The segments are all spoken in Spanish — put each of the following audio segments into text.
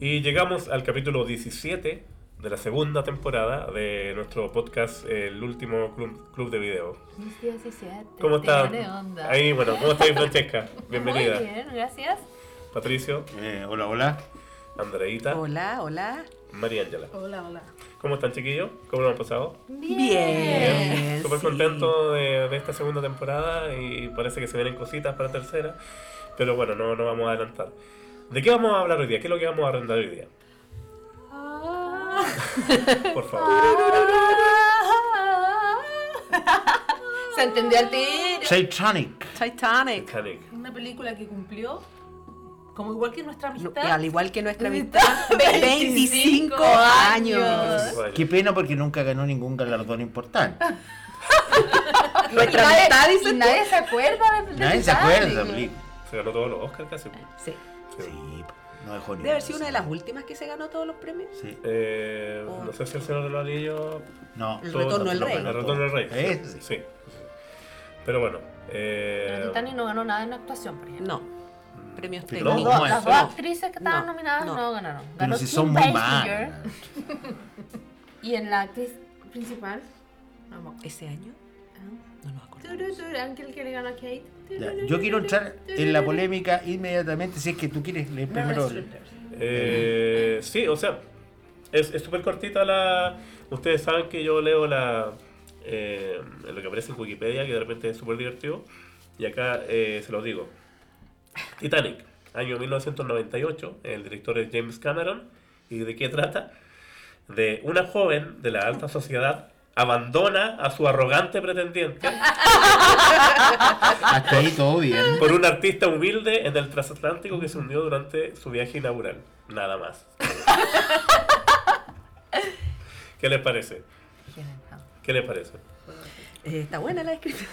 Y llegamos al capítulo 17 de la segunda temporada de nuestro podcast, el último club, club de video. 17. ¿Cómo estás? Tiene onda. Ahí, bueno, ¿cómo estáis, Francesca? Muy Bienvenida. bien, gracias. Patricio, Eh, hola, hola. Andreita, Hola, hola. María Ángela. Hola, hola. ¿Cómo están, chiquillos? ¿Cómo lo han pasado? Bien. Bien. Eh, Súper sí. contento de, de esta segunda temporada y parece que se vienen cositas para tercera. Pero bueno, no, no vamos a adelantar. ¿De qué vamos a hablar hoy día? ¿Qué es lo que vamos a arrendar hoy día? Ah, Por favor. Se entendió al tiro. Satanic. Titanic. Titanic. Una película que cumplió, como igual que nuestra No, amistad. y al igual que nuestra amistad, 25 años. Qué pena porque nunca ganó ningún galardón importante. Nuestra Nuestra amistad, y dice. nadie se acuerda de, de Nadie se Titanic. acuerda, Blin. Se ganó todos los Oscars casi. Sí. Sí, no dejó ni Debe haber sido uno. una de las últimas que se ganó todos los premios. Sí, Eh, no sé si el Señor de los Anillos. no. El todo- Ah. retorno del no, rey. El retorno del rey. Eh, sí. sí. Pero bueno. Pero Eh, Titanic no ganó nada en actuación, por ejemplo. No. Premios No, Las ¿cómo dos- técnicos. es? Las dos No, actrices que estaban no, nominadas no, no. ganaron. Ganó Pero si son Kim muy Basinger, malas. Y en la actriz principal, vamos. Ese año no nos acordamos. Ah, Ángel que le ganó a Kate. Ya, Yo quiero entrar en la polémica inmediatamente, si es que tú quieres leer primero. Eh, sí, o sea, es es súper cortita la... Ustedes saben que yo leo la eh, lo que aparece en Wikipedia, que de repente es súper divertido. Y acá eh, se los digo. Titanic, año 1998, el director es James Cameron. ¿Y de qué trata? De una joven de la alta sociedad abandona a su arrogante pretendiente Hasta ahí todo bien. por un artista humilde en el transatlántico que se unió durante su viaje inaugural. Nada más. ¿Qué les parece? ¿Qué les parece? Eh, está buena la descripción.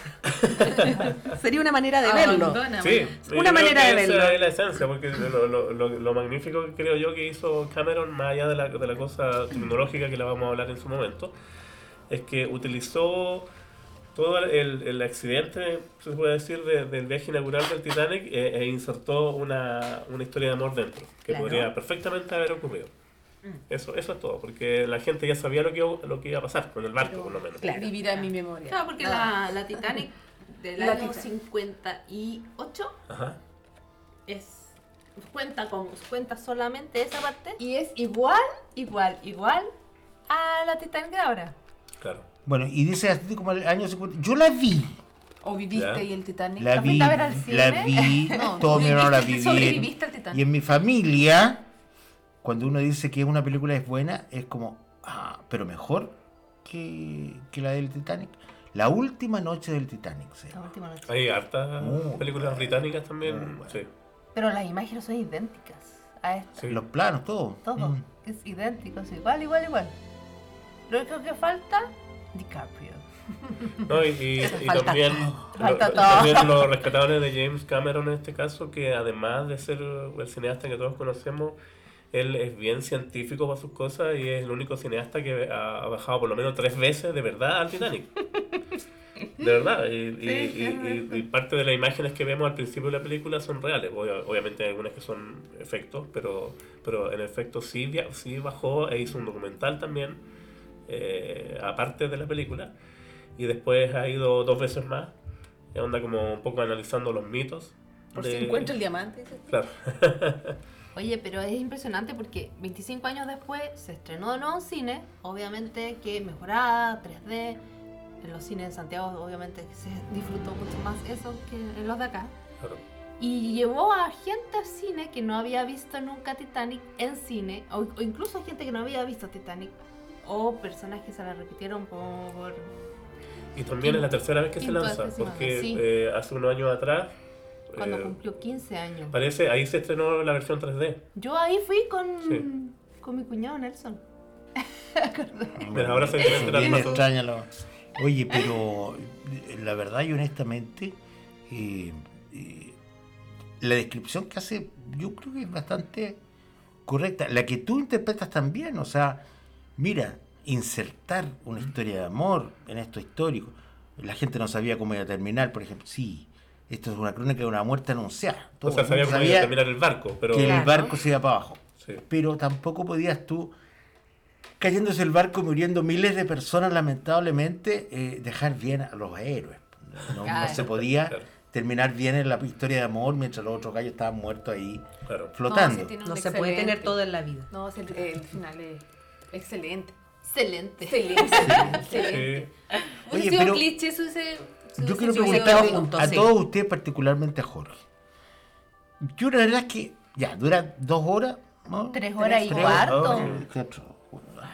Sería una manera Ah, de verlo. Sí, Una yo creo manera que de esa verlo. es la esencia, porque lo, lo- lo- lo magnífico que creo yo que hizo Cameron, más allá de la, de la cosa tecnológica que la vamos a hablar en su momento, es que utilizó todo el, el accidente, se puede decir, de- del viaje inaugural del Titanic eh, e insertó una, una historia de amor dentro, que Claro. Mm. podría perfectamente haber ocurrido. Eso, eso es todo, porque la gente ya sabía lo que, lo que iba a pasar con el barco, por lo menos. Claro. Vivirá en mi memoria. Claro, porque la, la Titanic del La año Titanic. 58 Ajá. es cuenta con cuenta solamente esa parte. Y es igual, igual, igual a la Titanic de ahora. Claro. Bueno, y dice así como el año 50. Yo la vi. ¿O viviste Ya. ahí el Titanic? La ¿La vi. fuiste a ver al cine? La vi. No, todo viviste- no la vi bien. sobreviviste al Titanic. Y en mi familia, cuando uno dice que una película es buena, es como, ah, pero mejor que, que la del Titanic. La última noche del Titanic, se La llama. última noche. Hay hartas Muy películas bueno. británicas también. Muy bueno. sí, Pero las imágenes son idénticas a esta. sí. Los planos, todo. Todo Mm. es idéntico, es igual, igual, igual. Lo único que falta, DiCaprio. No, y, y- y Falta también, todo. lo- Falta todo. también lo rescatable de James Cameron en este caso, que además de ser el cineasta que todos conocemos, él es bien científico para sus cosas y es el único cineasta que ha ha bajado por lo menos tres veces de verdad al Titanic. De verdad, y, y- y- y- y parte de las imágenes que vemos al principio de la película son reales. Obvia- Obviamente hay algunas que son efectos, pero, pero en efecto sí, via- sí bajó e hizo un documental también, eh, aparte de la película. Y después ha ido dos veces más, eh, onda como un poco analizando los mitos. Por de- si encuentro el diamante. dices tú. Claro, Oye, pero es impresionante porque 25 años después se estrenó de nuevo en cine, obviamente que mejorada, 3D. En los cines de Santiago obviamente que se disfrutó mucho más eso que en los de acá. claro. Y llevó a gente al cine que no había visto nunca Titanic en cine, o, o incluso gente que no había visto Titanic, o personas que se la repitieron por... Y también es la tercera vez que se Quinto lanza, décima, porque sí. eh, hace unos años atrás, cuando eh, cumplió 15 años. parece, ahí se estrenó la versión 3D. Yo ahí fui con, Sí. con mi cuñado Nelson. Pero ahora se Eso, encuentran bien más- extraña la- Oye, pero eh, la verdad y honestamente, eh, eh, la descripción que hace yo creo que es bastante correcta. La que tú interpretas también, o sea, mira, insertar una Mm. historia de amor en esto histórico. La gente no sabía cómo iba a terminar, por ejemplo. Sí, esto es una crónica de una muerte anunciada. O Todo sea, el sabía mundo cómo iba a terminar el barco, pero... Oh, que el Claro. barco se iba para abajo. Sí. pero tampoco podías tú, cayéndose el barco y muriendo miles de personas lamentablemente, eh, dejar bien a los héroes. No, no Claro. se podía Claro. terminar bien en la historia de amor mientras los otros gallos estaban muertos ahí Claro. flotando. sí, tiene un No se puede excelente- tener todo en la vida. No, es el, el final es excelente. Excelente. Excelente. Sí. Oye, excelente. Hubiese sido pero- un cliché, se hubiese- se Yo hubiese quiero sido preguntar un- juntos, a sí. todos ustedes, particularmente a Jorge. Yo la verdad es que ya dura dos horas. ¿no? Tres horas y Tres cuarto. horas, cuatro.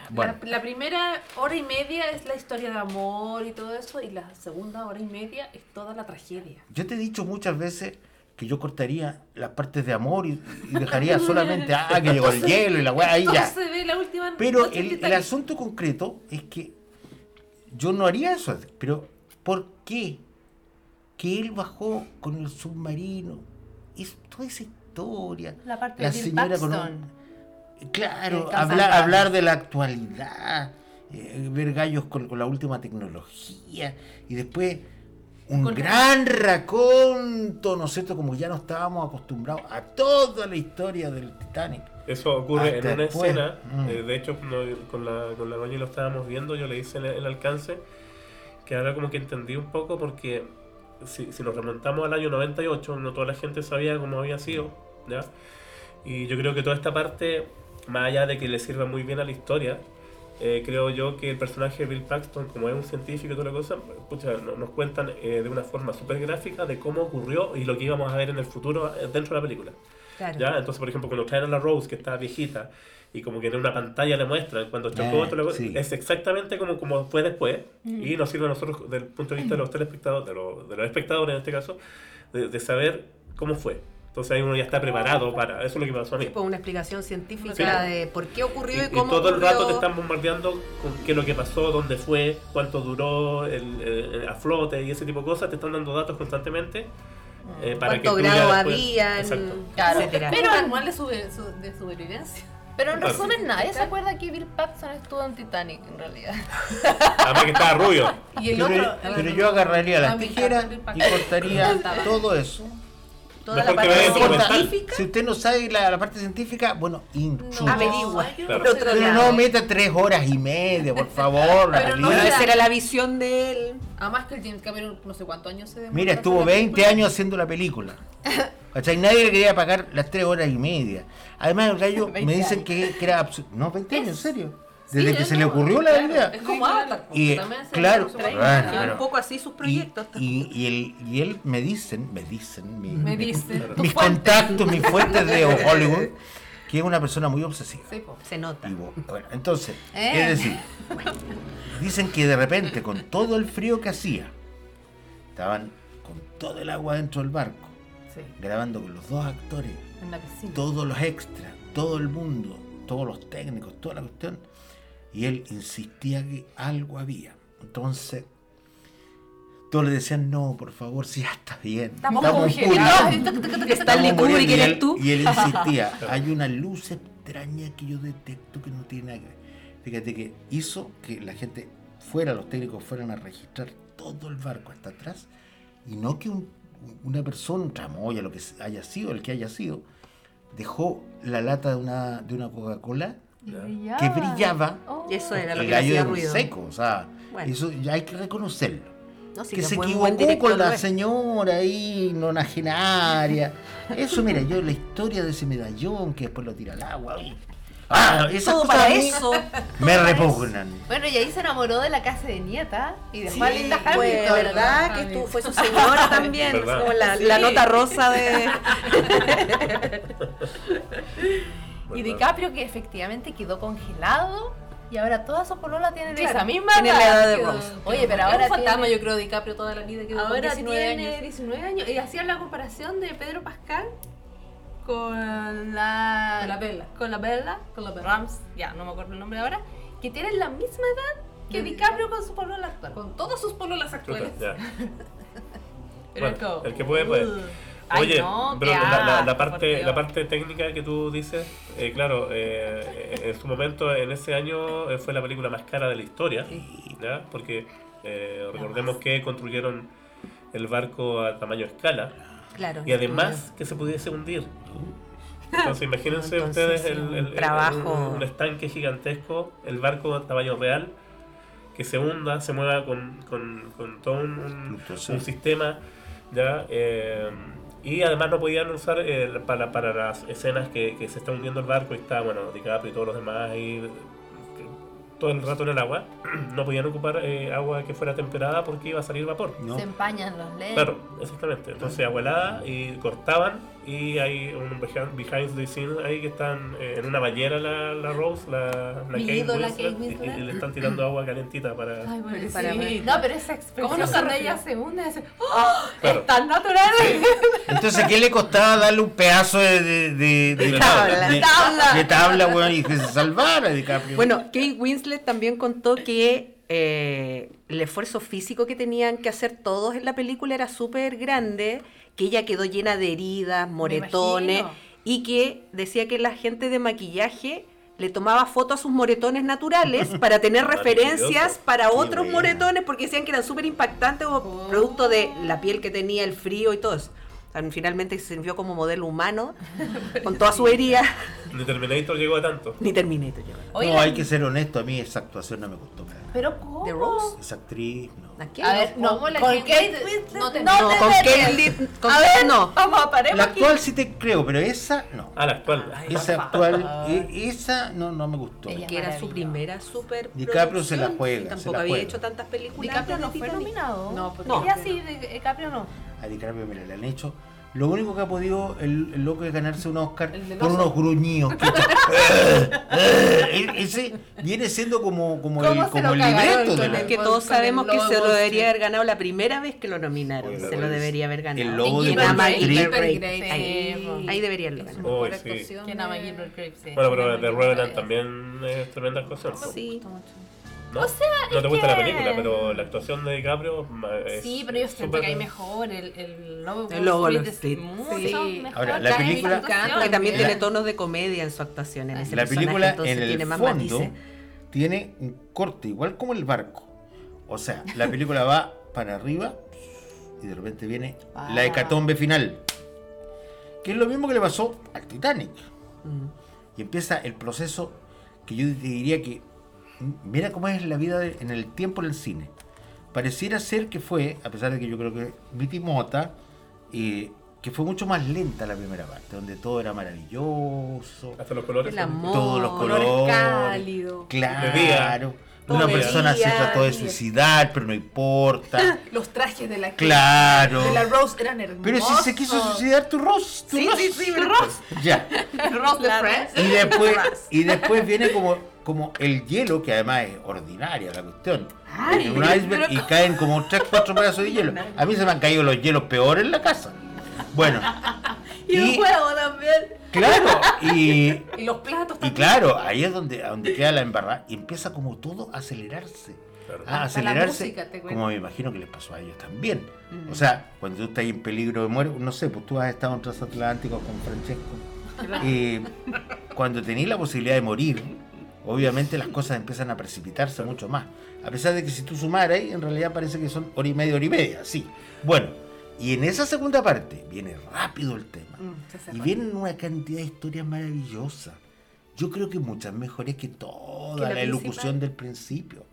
Bueno, La, la primera hora y media es la historia de amor y todo eso, y la segunda hora y media es toda la tragedia. yo te he dicho muchas veces que yo cortaría las partes de amor y, y dejaría solamente, ah, que llegó el hielo y la weá, ahí Todo ya. se ve la última Pero noche el, del el Titanic. asunto concreto es que yo no haría eso, pero ¿por qué que él bajó con el submarino? Es toda esa historia. La parte La de Bill señora con Paxton. un- Claro, El hablar, campanario. hablar de la actualidad, eh, ver gallos con, con la última tecnología y después un Con- gran raconto, ¿no es cierto? Como ya no estábamos acostumbrados a toda la historia del Titanic. Eso ocurre Hasta en una después. escena. Mm. eh, de hecho, no- con la, con la Doña lo estábamos viendo, yo le hice el, el alcance. Que ahora como que entendí un poco porque si, si nos remontamos al año 98, no toda la gente sabía cómo había sido. ¿ya? Y yo creo que toda esta parte, más allá de que le sirva muy bien a la historia, eh, creo yo que el personaje de Bill Paxton, como es un científico y toda la cosa, pucha, no- nos cuentan eh, de una forma súper gráfica de cómo ocurrió y lo que íbamos a ver en el futuro eh, dentro de la película. Claro. ¿Ya? Entonces, por ejemplo, cuando traen a la Rose, que está viejita, y como que en una pantalla le muestran cuando chocó Ah, otra cosa, sí. es exactamente como, como fue después, Mm. y nos sirve a nosotros, del punto de vista de los telespectadores, de los, de los espectadores en este caso, de, de saber cómo fue. Entonces ahí uno ya está preparado para... Eso es lo que pasó a mí. Tipo una explicación científica Sí. de por qué Y, pues, ocurrió y, y cómo todo el ocurrió. rato te están bombardeando con qué es lo que pasó, dónde fue, cuánto duró, el, el- a flote y ese tipo de cosas. Te están dando datos constantemente eh, para que Mm. cuánto tú ya grado después- había, Exacto. Claro. etcétera. Pero manual de, sobre- su- de supervivencia. Pero en Claro. resumen, nadie se acuerda que Bill Paxton estuvo en Titanic, en realidad. Además que estaba rubio. Y el Ah, Pero, otro. el pero otro- yo agarraría Ah, las me encanta tijeras Bill y Paxton. cortaría todo eso. Toda la Mejor que parte vean el documental. científica. Si usted no sabe la, la parte científica, bueno, No, inchuta. Averigua. yo Claro. no sé Otro de Pero lado. nada. no meta tres horas y media, por favor. Pero no Bueno, Mira. esa Analisa. era la visión de él. Además que el James Cameron no sé cuántos años se demoró. Mira, en hacer estuvo la 20 película. años haciendo la película. ¿Cachai? Nadie le quería pagar las tres horas y media. Además, el gallo me 20 dicen años. que, que era absurdo. No, 20 años, en serio. Desde Sí, que no, se le no, ocurrió la claro, idea. Es como Avatar. pues, Y, también se claro, hizo por- claro, Y claro. un poco así sus Y, proyectos. y, y él, y él me dicen, me dicen, mi- Me mi- dicen, tu mis fuente. contactos, mis fuentes de Hollywood, que es una persona muy obsesiva. Sí, pues, po. Se nota. Y bo- bueno, entonces, Eh. es decir, dicen que de repente con todo el frío que hacía, estaban con todo el agua dentro del barco, Sí, grabando con los dos actores, en la piscina. todos los extras, todo el mundo, todos los técnicos, toda la cuestión, y él insistía que algo había. Entonces, todos le decían, no, por favor, si ya está bien, Estamos oscuros". congelados. Stanley Estamos Kubrick, muriendo. Y eres él- tú. Y él insistía, hay una luz extraña que yo detecto que no tiene nada que ver. Fíjate que hizo que la gente fuera, los técnicos fueran a registrar todo el barco hasta atrás y no que un- una persona, un tramoya, lo que haya sido, el que haya sido, dejó la lata de una, de una Coca-Cola que brillaba. Oh. Y eso Oh, era lo El que le hacía gallo de ruido. seco, o sea, Bueno. eso ya hay que reconocerlo No, sí, que no se fue un equivocó buen director, con la no es. señora ahí, nonagenaria. Eso, mira, yo la historia de ese medallón que después lo tira al agua. uy. Ah, esas Todo cosas para a mí eso. me repugnan. Bueno, y ahí se enamoró de la casa de nieta y Ah, dejó Sí, a Linda Hamilton. fue, verdad que estuvo- fue su señora también, ¿Verdad? como la, la nota rosa de... Y DiCaprio que efectivamente quedó congelado y ahora toda su polola tiene Claro, esa misma tiene la edad de Rose. Oye, pero Es ahora un fantasma, tiene- yo creo, DiCaprio toda la vida. que duró Ahora 19 tiene años. 19 años y hacían la comparación de Pedro Pascal con la Con la Bella. con la Bella, con la Rams, ya no me acuerdo el nombre ahora, que tienen la misma edad que De DiCaprio con su polola actual. Mm. Con todos sus pololas Chuta, actuales. ya. Pero Bueno, es como, el que puede, puede. uh, ay, Oye, no, pero qué la, la- la asco, por parte, Dios. la parte técnica que tú dices, eh, claro, eh, en su momento, en ese año, eh, fue la película más cara de la historia, ¿ya? porque eh, recordemos que construyeron el barco a tamaño escala Claro. y además que se pudiese hundir. Entonces imagínense Entonces, ustedes sí, el, un el- el- trabajo. un, un estanque gigantesco, el barco de tamaño real, que se hunda, se mueva con, con- con todo un, un- Fluctuación. un sistema. ¿ya? Eh, y además no podían usar eh, para, para las escenas que, que se está hundiendo el barco y está, bueno, DiCaprio y todos los demás ahí eh, todo el rato en el agua. No podían ocupar eh, agua que fuera temperada porque iba a salir vapor. ¿no? Se empañan los leds. Claro, exactamente. Entonces abuelada y cortaban y hay un behind, behind the scenes ahí que están eh, en una bañera la, la Rose, la, la Mi Kate ídola Winslet, Kate Winslet. Y, y le están tirando agua calentita para... Ay, bueno, Para sí. ver. No, pero esa expresión ¿Cómo nos cuando refiere? ella se hunde, hace, ¡Oh! Claro. Es tan natural. Entonces, ¿qué le costaba darle un pedazo de, de, de- de- De tabla. de- Tabla. de tabla, weón, y que se salvara DiCaprio? Bueno, Kate Winslet también contó que eh, el esfuerzo físico que tenían que hacer todos en la película era súper grande, que ella quedó llena de heridas, moretones, imagino. y que decía que la gente de maquillaje le tomaba fotos a sus moretones naturales para tener referencias Maravilloso. para Qué otros buena. moretones, porque decían que eran súper impactantes o Oh. producto de la piel que tenía, el frío y todo eso. O sea, Finalmente sirvió como modelo humano, con toda su herida. Ni Terminator llegó a tanto. Ni Terminator llegó. Oye, no, hay que ser honesto, a mí esa actuación no me gustó nada. Pero ¿cómo? The Rose. Esa actriz, no. ¿A qué? Oh. A ver, no, ¿Cómo la con gente Kate te- Winslet no no te- te No, con metes? Kate Lid- con A Kate ver, no. vamos a parar La aquí. actual sí te creo, pero esa no. Ah, A Ah, la actual. Esa actual, e- esa no, no me gustó. Ella. que era su Maravilloso. primera super DiCaprio se la producción, juega, y se Tampoco la había juega. hecho tantas películas. DiCaprio antes no de fue Titanic. nominado. No, porque No. Ella sí, de- DiCaprio no. A DiCaprio, mira, le han hecho. Lo único que ha podido el, el loco es ganarse un Oscar El del por oso. unos gruñidos. que echa- E- Ese viene siendo como, como ¿Cómo el, se como lo el cagaron libreto. con de Bueno, la- es que Con- todos con sabemos el que se lobo, lo sí. debería haber ganado la primera vez que lo nominaron. Oye, se lo oye, debería haber ganado. el lobo de Y Nama Wall Street. Gilbert Grape. Grape. Ahí, ahí deberían lo ganar. Oh, Mejor sí. actuación Que nada más de- Gilbert Grape, sí. Bueno, Nada pero más The Gilbert Revenant Grape. también es tremenda actuación. po. Sí. ¿No? no te gusta la que- película, pero la actuación de DiCaprio ma- es Sí, pero yo siento súper- que hay mejor. El, el lobo El lobo Wall Wall Street Street. es mucho Sí. mejor. Ahora, la Está en película- discusión. Porque también La- tiene tonos de comedia en su actuación en ese La personaje, película entonces en tiene el más fondo matices. tiene un corte, igual como el barco. O sea, la película va para arriba y de repente viene Ah. la hecatombe final. Que es lo mismo que le pasó al Titanic. Mm. Y empieza el proceso que yo te diría que, mira cómo es la vida de- en el tiempo en el cine. Pareciera ser que fue, a pesar de que yo creo que Viti Mota, eh, que fue mucho más lenta la primera parte, donde todo era maravilloso, Hasta los colores. El son- amor. todos los colores, cálidos. claro. Bebía. Una Bebía. persona se trató de Bebía. suicidar, pero no importa. Los trajes de la Claro. de la Rose eran hermosos. Pero si se quiso suicidar, tu Ross, tu Ross. pero- Ya. Ross de Friends. Y después, y después viene como, como el hielo, que además es ordinaria la cuestión. Ay, un iceberg pero y caen como 3, 4 pedazos de hielo. A mí se me han caído los hielos peores en la casa. Bueno. Y y- el huevo también. claro, y, Y los platos y también. claro, ahí es donde, a donde queda la embarrada y empieza como todo a acelerarse. Claro. A Hasta la acelerarse, música, te cuento. como me imagino que les pasó a ellos también. O sea, cuando tú estás ahí en peligro de muerte, no sé, pues tú has estado en transatlántico con Francesco. Eh, cuando tenés la posibilidad de morir, obviamente las cosas empiezan a precipitarse mucho más. A pesar de que si tú sumaras, ahí, en realidad parece que son hora y media, hora y media, sí. Bueno, y en esa segunda parte viene rápido el tema. Mm, se cerró. Y vienen una cantidad de historias maravillosas. Yo creo que muchas mejores que Que toda la la, elocución del principio.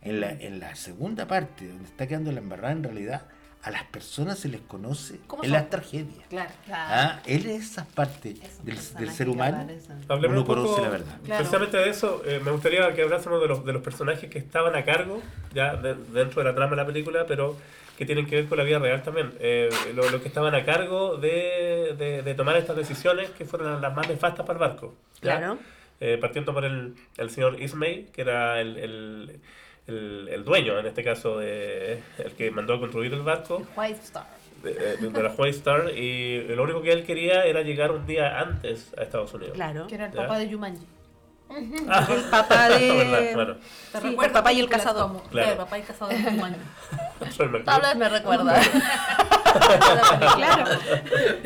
En la, en la segunda parte, donde está quedando la embarrada, en realidad, a las personas se les conoce ¿Cómo en son? las tragedias. Claro. Ah, él es esa parte Esos del, del personajes ser que humano. aparecen. Hablemos Uno un poco, conoce la verdad. Claro. Precisamente de eso, eh, me gustaría que hablásemos de los, de los personajes que estaban a cargo, ya de- dentro de la trama de la película, pero que tienen que ver con la vida real también. Eh, lo- los que estaban a cargo de, de- de tomar estas decisiones que fueron las más nefastas para el barco. ¿ya? Claro. Eh, partiendo por el, el señor Ismay, que era el, el- el- el dueño, en este caso, de, el que mandó a construir el barco White Star. de, de- de la White Star, y lo único que él quería era llegar un día antes a Estados Unidos. Claro. Que era el Ya. papá de Jumanji. Ah. El papá de. Verdad, bueno. ¿Te Sí, recuerdas el papá y el películas cazador. como- Claro. Claro, el papá y el cazador de Jumanji. Soy Mac- Tal vez me recuerda. claro.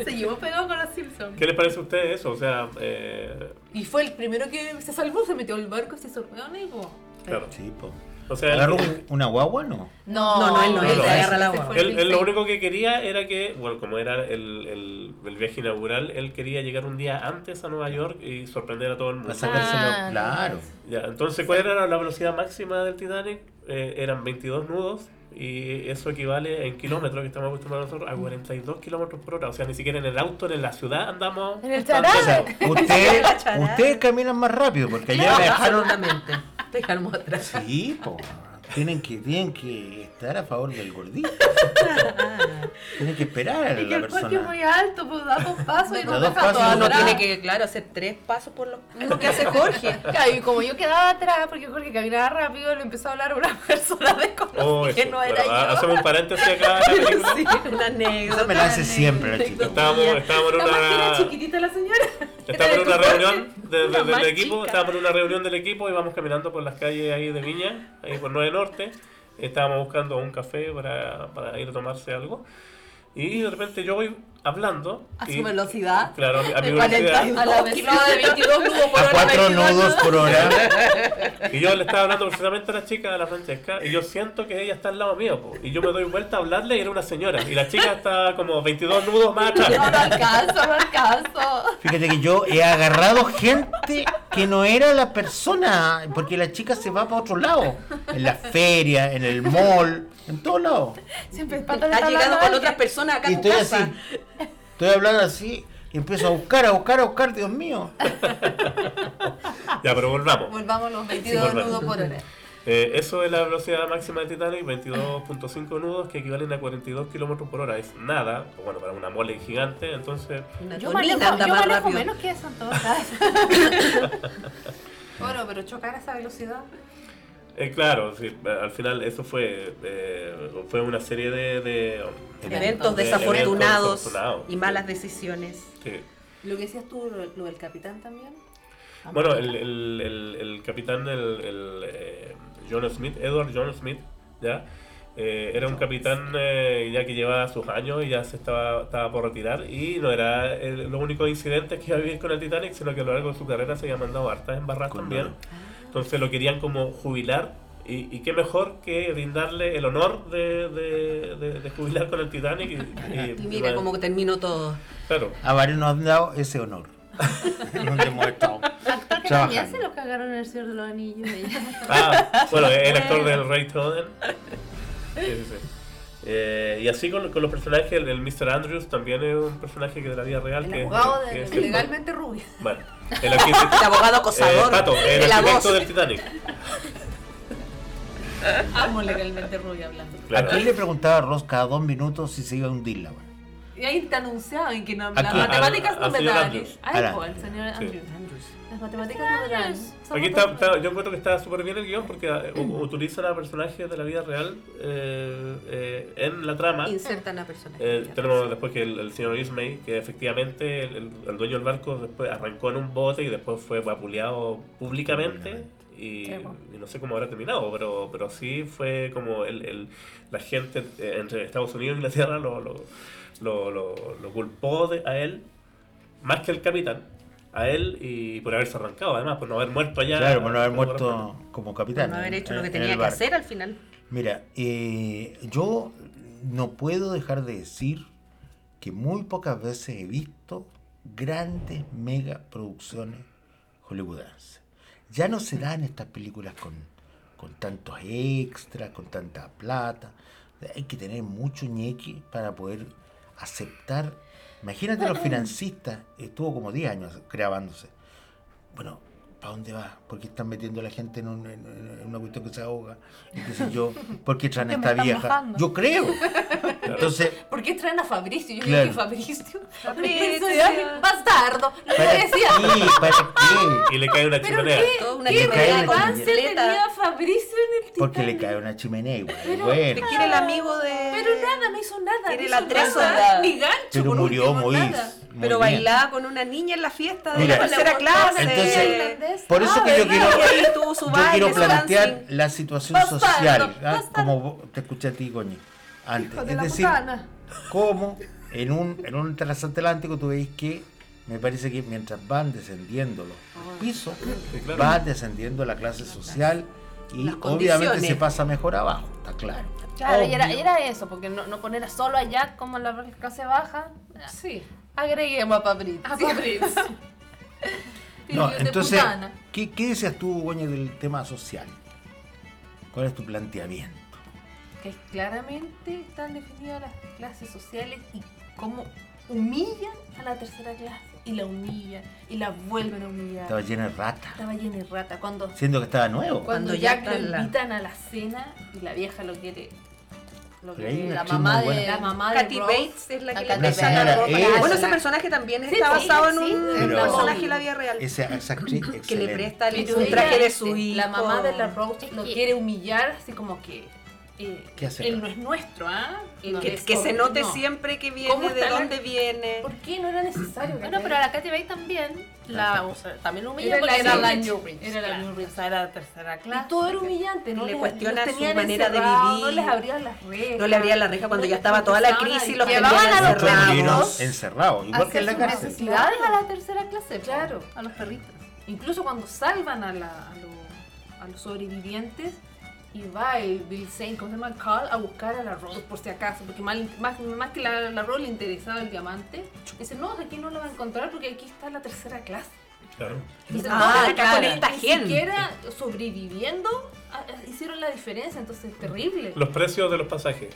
Seguimos pegados con los Simpsons. ¿Qué les parece a ustedes eso? O sea, eh, Y fue el primero que se salvó, se metió al barco, se hizo el weón y como- claro. Sí, po. O sea, ¿Agarró él- un- una guagua no? No, No, no, él no, él agarra la ese guagua. fue el Él, él lo Felipe. único que quería era que, bueno, como era el, el, el viaje inaugural, él quería llegar un día antes a Nueva York y sorprender a todo el mundo. Para sacárselo. Ah, no. claro. Ya, entonces, ¿cuál era la velocidad máxima del Titanic? Eh, eran 22 nudos y eso equivale en kilómetros que estamos acostumbrados nosotros a 42 kilómetros por hora. O sea, ni siquiera en el auto, en la ciudad andamos. En el tanto. chará. O sea, ustedes, chará. ustedes caminan más rápido porque allá me dejaron. Absolutamente. Te dejamos atrás. Sí, po. Tienen que, tienen que estar a favor del gordito. Ah. Tienen que esperar a Es que la el parque es persona. muy alto, pues da dos pasos y Da nos dos deja pasos todo y Uno nos atrás. tiene que, claro, hacer tres pasos por lo mismo que hace Jorge. Claro, y como yo quedaba Ah, atrás, porque Jorge caminaba rápido, le empezó a hablar a una persona desconocida Oh, que eso, no era ¿verdad? yo. Hacemos un paréntesis acá. en la película. Sí, una anécdota. Esa me la hace una siempre la anécdota. chica. Estábamos, estábamos en Nada más que era una. chiquitita la señora. Estábamos en Era una de tu reunión parte. de- de- Una del más equipo, chica. estábamos en una reunión del equipo y vamos caminando por las calles ahí de Viña, ahí por 9 Norte. Estábamos buscando un café para, para ir a tomarse algo. Y de repente yo voy hablando. A y- su velocidad. Claro, a mi- a mi de velocidad. 40 a la oh, velocidad de 22 nudos por A hora. cuatro 22 nudos por hora. Y yo le estaba hablando precisamente a la chica, a la Francesca, y yo siento que ella está al lado mío. po. Y yo me doy vuelta a hablarle y era una señora. Y la chica está como 22 nudos más No, no atrás. alcanzo, no alcanzo. Fíjate que yo he agarrado gente que no era la persona, porque la chica se va para otro lado. En la feria, en el mall, en todos lados. Siempre es Pato le está Has llegado hablando con ¿eh? a otras alguien. personas acá Y a tu estoy casa. así. Estoy hablando así y empiezo a buscar, a buscar, a buscar, Dios mío. Ya, pero volvamos. Volvamos los 22 Sí, nudos volvamos. por hora. Eh, eso es la velocidad máxima del Titanic, 22.5 nudos, que equivalen a 42 kilómetros por hora. Es nada, bueno, para una mole gigante, entonces... Una Yo tonina manejo, anda yo más manejo rápido. menos que eso en todo caso. Bueno, pero chocar a esa velocidad. eh, claro, sí, eh, al final eso fue eh, fue una serie de... de- Eventos desafortunados de- eventos desafortunados. y malas decisiones. sí. Lo que decías tú, lo, lo del capitán también. Bueno, el, el- el- el capitán, el, el, eh, John Smith, Edward John Smith, ¿ya? Eh, era un capitán eh, ya que llevaba sus años y ya se estaba, estaba por retirar y no era el- los únicos incidentes que iba a vivir con el Titanic, sino que a lo largo de su carrera se había mandado hartas embarradas Con también. honor. Entonces lo querían como jubilar y, y qué mejor que brindarle el honor de, de- de- de jubilar con el Titanic. Y, y- Y mira cómo terminó todo. Claro. A varios nos han dado ese honor. Nos hemos estado Actor que también se trabajando. lo cagaron en el Señor de los Anillos. ella. Ah, bueno, el actor del Rey Toden. Sí, sí, sí. Eh, y así con, con los personajes, el, el Mr. Andrews también es un personaje que de la vida real. El que es- abogado que de, es- legalmente rubia. Bueno, el arquitecto, El abogado eh, acosador. Pato, el de la voz. arquitecto del Titanic. Amo legalmente rubia hablando. Claro. Aquí le preguntaba a Ross cada dos minutos si se iba a hundir la barca. Y ahí te anunciaban que no, Aquí. las matemáticas Al- no al me señor dan. Andrews. Ay, Al- po, al señor Andrews. Las matemáticas no me dan. Somos Aquí está, dos- está- yo encuentro que está súper bien el guión porque eh, u- utilizan a personajes de la vida real eh, eh, en la trama. Insertan a personas. Eh, tenemos después que el, el señor Ismay, que efectivamente el, el- el dueño del barco después arrancó en un bote y después fue vapuleado públicamente. Y, Sí, bueno. y no sé cómo habrá terminado, pero, pero sí fue como el, el- la gente eh, entre Estados Unidos e Inglaterra lo, lo, lo, lo, lo culpó de- a él, más que el capitán, a él y por haberse arrancado, además, por no haber muerto allá. Claro, por no haber Como muerto como Por capitán. no haber hecho en- lo que en el tenía que barco. hacer al final. Mira, eh, yo no puedo dejar de decir que muy pocas veces he visto grandes megaproducciones hollywoodenses. Ya no se dan estas películas con, con tantos extras, con tanta plata. Hay que tener mucho ñeque para poder aceptar. Imagínate eh. los financistas, estuvo como 10 años grabándose. Bueno, ¿para dónde va? ¿Por qué están metiendo a la gente en, un- en- en una cuestión que se ahoga? Y qué sé yo, ¿por qué traen a ¿Por qué esta me están vieja? bajando? Yo creo. Entonces, ¿Por qué traen a Fabricio? Yo Claro. creo que Fabricio. Fabricio. Fabricio era un bastardo. Lo ¿para qué? decía. ¿Para qué? Y le cae una chimenea. Toda una Le cae chimenea la con ¿Cuánto tenía bicicleta. Fabricio en el Porque le Titanic? cae una chimenea igual. Te bueno, quiere el amigo de. Pero nada, no hizo nada. Tiene no la hizo tres nada, soldadas. Ni gancho. pero por murió último, muy, nada. muy Pero bien. bailaba con una niña en la fiesta de Mira, la tercera clase. entonces, por eso que yo quiero, Y Ah, ahí tuvo su yo baile, quiero su plantear dancing. la situación Bastardo, social, ¿ah? bastardo. como vos- te escuché a ti, Goñi, antes. Hijo de es la decir, putana. cómo en un, en un transatlántico tú veis que me parece que mientras van descendiendo los pisos, Sí, claro. va descendiendo la clase social Y Las obviamente condiciones. se pasa mejor abajo, está claro. Claro, y era, era eso, porque no, no poner a solo a Jack como en la clase baja. Sí. Ah. Agreguemos a Paprit. A Fabriz. No, entonces, ¿qué, ¿qué deseas tú, Goña, del tema social? ¿Cuál es tu planteamiento? que claramente están definidas las clases sociales y cómo humillan a la tercera clase y la humillan y la vuelven a humillar. Estaba llena de rata, Estaba llena de rata cuando, siendo que estaba nuevo. cuando Cuando Jack ya lo está la- invitan a la cena y la vieja lo quiere. Lo Pero hay quiere una la actriz mamá muy buena. de la mamá de Katy Rose. Bates es la La que Katy le Bates. pesa la La ropa. señora Bueno, esa. ese personaje también Sí, está sí, basado en sí. un Pero- personaje de la vida real. Esa, esa actriz que le excelente. presta Pero un ella, traje de este, su hijo. La mamá de la Rose Es lo que- quiere humillar así como que eh, ¿Qué hace él acá? no es nuestro, ¿ah? Él Que, es que se como- note no. siempre que ¿Cómo viene, de está la- dónde viene. ¿Por qué no era necesario? Bueno, pero a la Katy Bates también la o sea, también humilla Era porque la era la Newbridge. New Rich. Era la claro. Newbridge. O sea, era tercera clase. Y todo era humillante, ¿no? Le Les- cuestiona los su tenían manera de encerrados, vivir. No les abrían las rejas. No le abrían la reja cuando ya estaba toda la crisis y los Llevaban tenían a los Muchos encerrados. chilenos encerrados, igual que en la Hacer sus cárcel. Necesidades a la tercera clase. po. Claro. A los perritos. Incluso cuando salvan a, la- a los- a los sobrevivientes y va el Bill Zane, ¿cómo se llama? Carl, a buscar a la Rose por si acaso, porque mal- más, más que la, la Rose le interesaba el diamante. Dice, no, aquí no la va a encontrar porque aquí está la tercera clase. Claro. Entonces, Ah, todos acá claro. con esta Ni gente. siquiera sobreviviendo ah, hicieron la diferencia, entonces es terrible. Los precios de los pasajes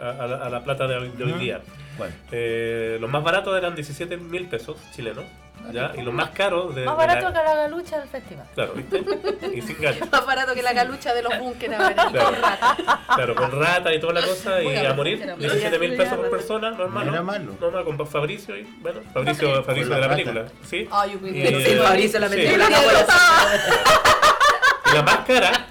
a, a la, a la plata de hoy, de hoy Ujú. día. Bueno, Eh, los más baratos eran 17 mil pesos chilenos. Ah, ¿ya? Y los más caros de, Más de la- barato que la galucha del festival. Claro, ¿viste? Y sin gancho. Más barato que la galucha de los búnkeres. ahora. Claro. Claro, con rata y toda la cosa y a morir. 17 mil pesos por persona, no es No malo. era malo. No es malo, con Fabricio y bueno, Fabricio, Fabricio de Con la la rata. película. Sí. Ay, yo pensé Eh, que Sí, era- Fabricio la metió sí. en la bola. Y la más cara,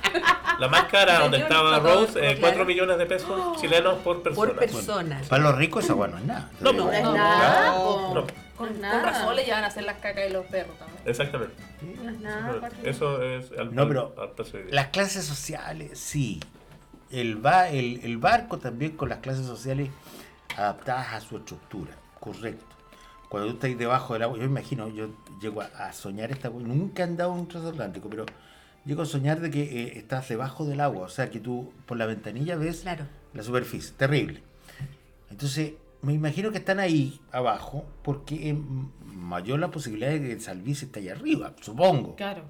la más cara donde estaba Rose, eh, claro. 4 millones de pesos chilenos por persona. Por persona. para los ricos esa agua no es nada. No, no, es no, nada. no, Con, Nada. con razón le llevan a hacer las cacas de los perros también. exactamente. No es nada, cuatro Eso es al, No, pero al- al precio de hoy día. Las clases sociales, sí. El, ba- el, el barco también con las clases sociales adaptadas a su estructura, correcto. Cuando tú estás debajo del agua, yo imagino, yo llego a, a soñar esta cosa, nunca he andado en un transatlántico, pero llego a soñar de que eh, estás debajo del agua, o sea que tú por la ventanilla ves Claro. la superficie, terrible. Entonces, me imagino que están ahí abajo porque es m- mayor la posibilidad de que el salvice esté allá arriba, supongo. Claro.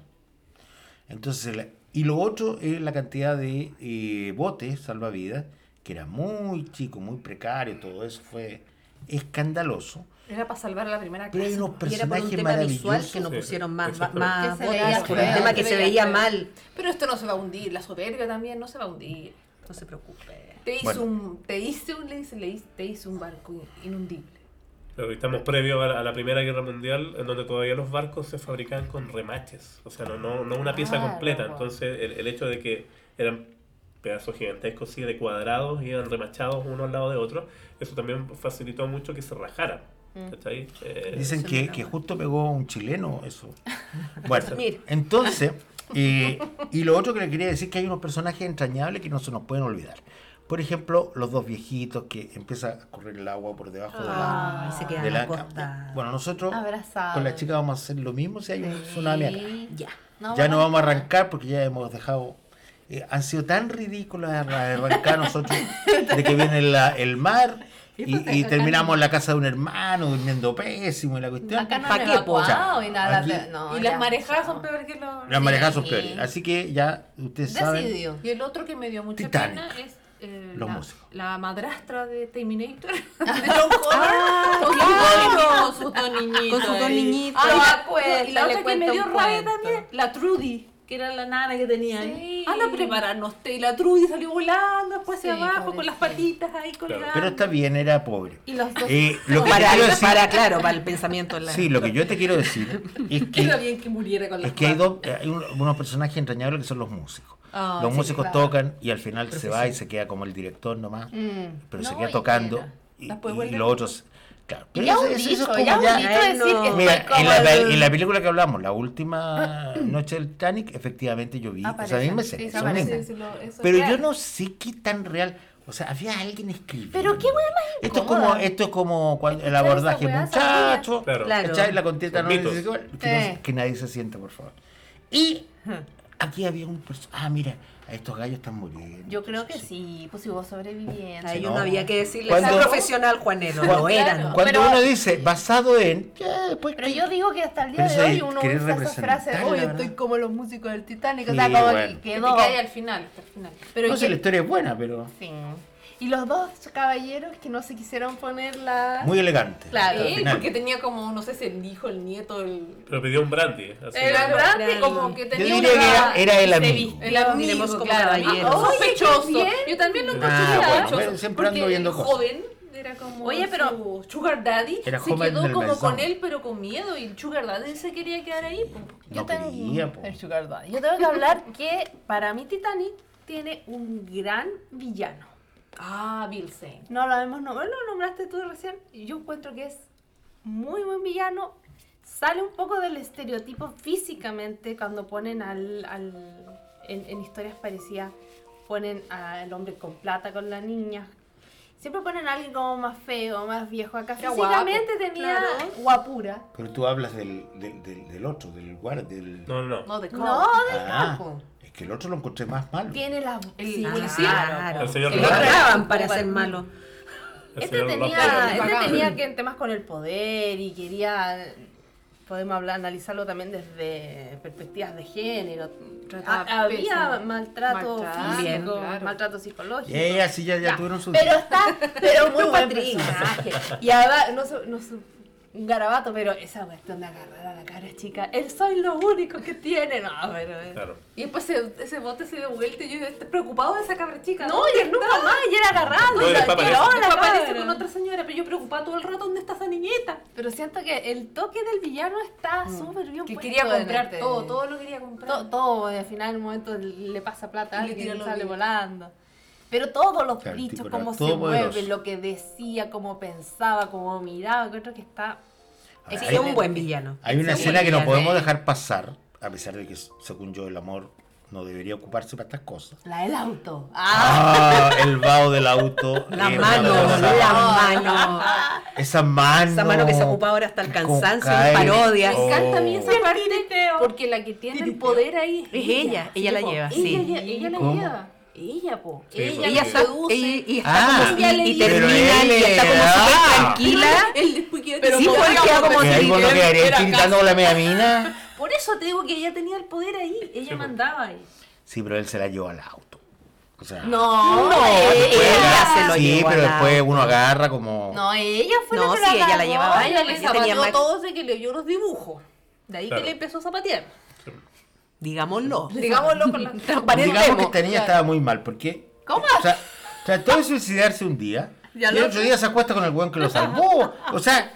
Entonces, la- y lo otro es la cantidad de eh, botes salvavidas, que era muy chico, muy precario, todo eso fue escandaloso. Era para salvar a la primera Pero hay clase. unos Y era por un personajes tema visual maravillosos. que no Sí, pusieron más, exactamente. más Que se veía botas por un feo, tema se que se veía veía feo. mal. Pero esto no se va a hundir, la soberbia también no se va a hundir. No se preocupe. Te hice Bueno. un, te hice un, le dice- le hice- te hice un barco in- inundible. Pero estamos previo a la, a la Primera Guerra Mundial, en donde todavía los barcos se fabricaban con remaches, o sea, no, no, no una pieza Claro. completa. Entonces, el, el hecho de que eran pedazos gigantescos, sí, de cuadrados y eran remachados uno al lado de otro, eso también facilitó mucho que se rajaran. ¿Cachai? Eh, Dicen Eso que, no que era justo pegó un chileno eso. Bueno, Mira. entonces, eh, y lo otro que le quería decir que hay unos personajes entrañables que no se nos pueden olvidar. Por ejemplo, los dos viejitos que empieza a correr el agua por debajo de la, Ay, se de quedan la acostados. Bueno, nosotros Abrazados. con la chica vamos a hacer lo mismo si hay un tsunami acá. Ya. ya no vamos a arrancar. arrancar porque ya hemos dejado. eh, han sido tan ridículas las de arrancar nosotros de que viene la- el mar y, y terminamos en la casa de un hermano durmiendo pésimo y la cuestión. Acá no ¿Pa' han qué, po? evacuado y nada. Aquí- de- no, y ya. las marejadas son peores que los... Las marejadas son Sí. peores. Así que ya ustedes saben. Decidió. Y el otro que me dio mucha Titanic. pena es... eh, Los la, músicos. la madrastra de Terminator de John Connor con Con su sus dos niñitos. Con sus dos ahí. niñitos. Ay, Ah, la- pues, y la le otra que me cuento dio un rabia cuento. también, la Trudy, que era la nana que Ah, tenían. Sí. Anda a prepararnos té. Y la Trudy salió volando después hacia Sí, abajo con las pobrecita. patitas ahí Claro. colgadas. Pero está bien, era pobre. Y los dos. Eh, lo que te para, quiero decir- para, claro, para el pensamiento. la- sí, lo que yo te quiero decir es Era que, bien que muriera con las es que hay, patas. dos, hay un- unos personajes entrañables que son los músicos. Ah, los sí, músicos claro. tocan y al final se va y se queda como el director nomás. Mm. pero se No, queda y tocando era. y, Las puede y volver los otros claro Y pero ya eso- un eso- eso es dicho, como ya un ya- eh, dicho decir que estoy Mira, como en la, el- en la película que hablamos, la última noche del Titanic, efectivamente yo vi esa Aparece. misma escena. Sí, eso aparece, mismo. Sí, sí, lo- eso Pero es yo real. no sé qué tan real. O sea, había alguien escribiendo. Pero qué weá más Esto es como, incómoda. esto es como cuando, el Escuchar esa abordaje, weá muchacho. Claro. Claro. ¿cachai? La contienda Son no es mitos. desigual, que, no- Sí. Hmm. que nadie se sienta, por favor. Y Aquí había un personaje. Ah, mira, a estos gallos están muriendo. Yo creo que sí, pues si hubo sobrevivientes. A Ahí ellos no. no había que decirles al ¿Cuándo- profesional Juanero, Claro. lo eran. Cuando pero- uno dice basado en. ya, después Pero que- yo digo que hasta el día Pero de eso hoy de uno querer usa esas representar, frases. la Oye, verdad". estoy como los músicos del Titanic. o Sí, sea, como bueno. que Que quedó. te cae al final, hasta el final. Pero no sé, que- la historia es buena, pero. fin. Y los dos caballeros que no se quisieron poner la. Muy elegante. Claro. al Él, final. porque tenía como, no sé si el hijo, el nieto, el... Pero pidió un brandy. así que- Era grande, el- como que Yo tenía diría que era, una... era el se amigo. viste- el amigo, Miremos como claro. caballero. Ah, Oye, sospechoso. qué bien. Yo también lo encontré Ah, bueno, sospechoso, pero siempre porque ando viendo el cosas. joven era como Oye, pero- su sugar daddy Era se joven quedó del como mesón. con él, pero con miedo. Y el sugar daddy se quería quedar ahí. pues. po. No quería, po. El Sugar Daddy. Yo tengo que hablar que para mí Titanic tiene un gran villano. Ah, Bill Zane. No lo hemos nombrado, lo nombraste tú recién. Y yo encuentro que es muy buen villano. Sale un poco del estereotipo físicamente cuando ponen al. al- en, en historias parecidas, ponen al hombre con plata con la niña. Siempre ponen a alguien como más feo, más viejo. Acá Era físicamente guapo, tenía claro. guapura. Pero tú hablas del, del, del, del otro, del guardia. Del... No, no, no. No, de No, del Ah, capo. es que el otro lo encontré más malo. Tiene la. El sí, policía. El señor Lo Rojas. pagaban para ser malo. El Este señor tenía, Lockhart. Lockhart. este tenía que temas con el poder y quería, podemos hablar, analizarlo también desde perspectivas de género. Trataba Ha- había pésimo. maltrato, Maltrato, físico, claro. maltrato psicológico. Ya, ya, sí, ya, ya tuvieron su. Pero está, pero muy Tú, buen Patricia. personaje. Y además, no sé, no sé, un garabato, pero esa cuestión de agarrar a la cara chica, él soy lo único que tiene, no, pero... es- Claro. Y después se- ese bote se dio vuelta y yo estoy preocupado de esa cabra chica. No, y él nunca más, y era agarrado, No, y la después aparece. tiró a la Después aparece cabra. con otra señora, pero yo preocupada todo el rato, ¿dónde está esa niñeta? Pero siento que el toque del villano está súper bien Mm. Que puesto quería en comprar este- todo, todo lo quería comprar. To- todo, y al final en un momento le pasa plata a Y le alguien tira y los sale billetes. volando. Pero todos los Claro, el dichos, tipo era cómo se todo mueve, poderoso. lo que decía, cómo pensaba, cómo miraba, creo que está... Ahora, Es hay, un buen ¿eh? villano. hay una Es un escena que no villano. podemos dejar pasar, a pesar de que, según yo, el amor no debería ocuparse para estas cosas. La del auto. Ah, el vaho del auto. La es una mano, cosa. la mano. Esa mano. Esa mano que se ocupa ahora hasta el con cansancio cae. y parodias. Me encanta a mí Oh. esa parte porque la que tiene el poder ahí Es ella, ella la po. lleva, Ella, sí. ella, ella la ¿Cómo? lleva. Ella, po. Sí, ella porque- la Ella está, seduce. ella- y está Ah, como, ella le y, y dice- termina y Pero está como ella- súper tranquila. Él después queda- Pero Sí, como porque era queda como Que ahí vos no quedarías pintando con la mediamina. Por eso te digo que ella tenía el poder ahí. Ella po. mandaba ahí. Sí, pero él se la llevó al auto. O sea, pues, No, ella se lo sí, llevó pero a la- después uno agarra como. No, ella fue No, la que sí, ella la agarró. llevaba. Ah, Ay, ella yo le tenía zapateó más- todo desde que le oyó los dibujos. De ahí Claro. que le empezó a zapatear. Digámoslo. Digámoslo con la... Digamos que Transparentemos. esta niña estaba muy mal. ¿Por qué? ¿Cómo? O sea, trató de suicidarse un día. Y el otro día se acuesta con el weón que lo salvó. O sea,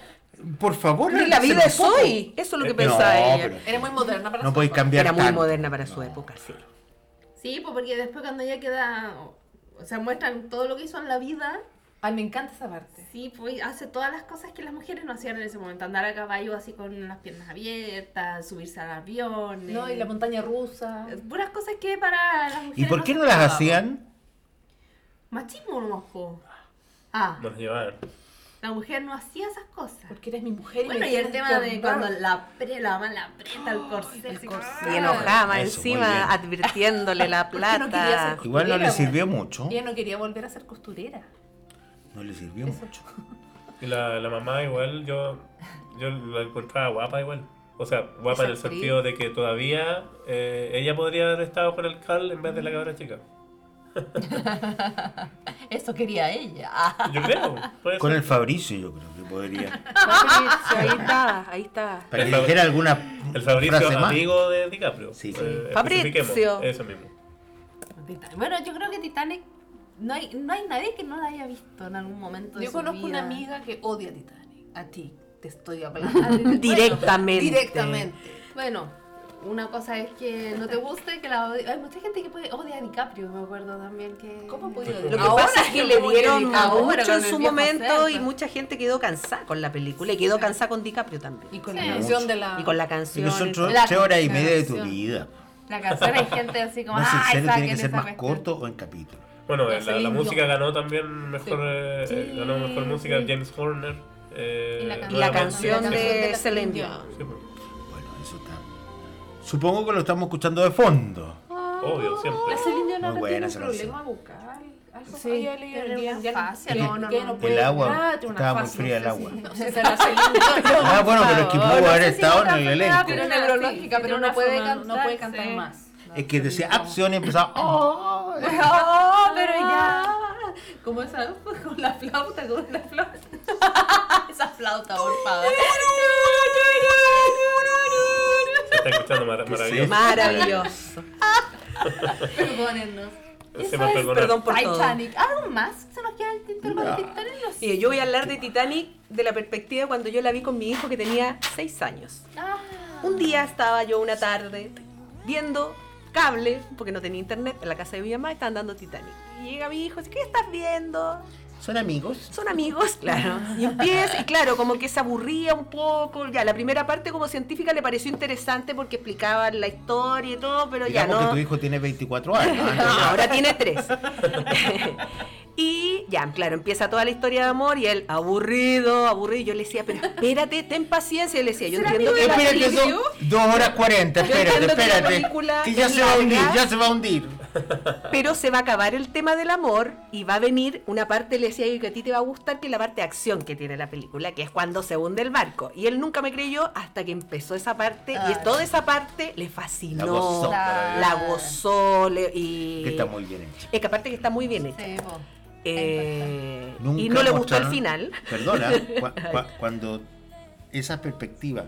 por favor. Y la vida es analicen un poco. hoy. Eso es Eh, lo que No, pensaba ella. Eh, pero- Era muy moderna para No su podéis época. cambiar Era muy tanto. moderna para su época, sí. Sí, pues porque después cuando ella queda... O sea, muestran todo lo que hizo en la vida Ay, me encanta esa parte. Sí, pues hace todas las cosas que las mujeres no hacían en ese momento. Andar a caballo así con las piernas abiertas, subirse al avión. eh, No, y la montaña rusa. Puras cosas que para las mujeres ¿Y por qué se no las esperaban. hacían? Machismo no, po. Ah, Nos llevaban. la mujer no hacía esas cosas. Porque eres mi mujer y Bueno, me y el tienes tema que de amar. cuando la, pre, la mamá la aprieta el corsé. así como- Ah, "Ah, Y enojaba Eso, muy bien. encima, advirtiéndole la ¿Por qué no quería plata. hacer- Igual no le Mira, sirvió mucho. Ella no quería volver a ser costurera. No le sirvió mucho. Y la, la mamá igual, yo, yo la encontraba guapa igual. O sea, guapa en el Esa actriz. sentido de que todavía eh, ella podría haber estado con el Carl en vez de la cabra chica. Eso quería ella. Ah. Yo creo. puede Con ser. el Fabricio yo creo que podría. Ahí está, ahí está. Para El que Fabri- dijera alguna El Fabricio, frase más. amigo de DiCaprio. pues, Sí. especifiquemos, Fabricio. Eso mismo. Titanic. Bueno, yo creo que Titanic no hay, no hay nadie que no la haya visto en algún momento. de Yo su conozco una vida. amiga que odia Titanic. A ti, te estoy hablando. Directamente. Directamente. Bueno, una cosa es que no te guste, que la odie- Hay mucha gente que puede odia a DiCaprio, me acuerdo también que. ¿Cómo podía Lo que Ahora pasa es que que le voy dieron dedicado ahora mucho con en el su viejo momento cerdo. y mucha gente quedó cansada con la película y quedó cansada con DiCaprio Y también. con la Sí. canción de la. Y con la Y canción. nosotros La tres horas y media de tu canción. vida. La canción hay gente así como. No sé "Ay, si tiene que saquen ser esa más cuestión". corto o en capítulo. Bueno, eh, Ese la, la indio. música ganó también mejor, eh, eh, Sí, ganó mejor música sí. James Horner. eh, Y la canción. Y la nuevamente. canción La canción de de la Celine India. Dion. Sí, pues. Bueno, eso está Supongo que lo estamos escuchando de fondo. Obvio, siempre. La Celine Dion Muy ahora buena tiene un esa canción. problema vocal. Algo Sí, había leído tiene el una día anterior. fascia, Que- no, no, que no. puede El agua, hablar, tiene una estaba muy fascia, fría no el sé agua. si- No sé si era Celine Dion. Ah, bueno, pero es que pudo haber estado en el elenco. Pero Pero neurológica, neurológica, pero no puede cantar. No puede cantar sí. más. Es que decía acción y empezaba. "Oh". Ah, Oh, pero ya. Ah. Como esa, con la flauta, con la flauta. Esa flauta, por favor. Se está escuchando mar- Sí. maravilloso. Maravilloso. Perdónennos. Se Eso me es perdonó. Perdón por todo. Titanic. ¿Algo más que se nos queda en el tintero con No. el Titanic? No sé. Mire, Eh, yo voy a hablar de Titanic de la perspectiva de cuando yo la vi con mi hijo que tenía 6 años. Ah. Un día estaba yo una tarde viendo cable, porque no tenía internet, en la casa de mi mamá estaban dando Titanic. Y llega mi hijo, dice, ¿qué estás viendo? Son amigos. Son amigos, claro. Y empieza, y claro, como que se aburría un poco. Ya, la primera parte como científica le pareció interesante porque explicaba la historia y todo, pero Digamos ya no. que tu hijo tiene 24 años. ¿ah? No, Entonces, ahora tiene tres. y ya, claro, empieza toda la historia de amor y él, aburrido, aburrido. Y yo le decía, pero espérate, ten paciencia. Y le decía, yo entiendo que la Espérate, televisión- son 2 horas 40. Espérate, entiendo que la espérate. película Que ya es se va a hundir, larga. ya se va a hundir. pero se va a acabar el tema del amor y va a venir una parte, le decía yo, que a ti te va a gustar, que es la parte de acción que tiene la película, que es cuando se hunde el barco. Y él nunca me creyó hasta que empezó esa parte Ay. y toda esa parte le fascinó. Ah. La gozó. La- La gozó, le- y... Que está muy bien hecho. Es que aparte que está muy bien hecha. Sí, po. Eh, Nunca y no le gustó el mostraron- final. Perdona, cua- cua- cuando esa perspectiva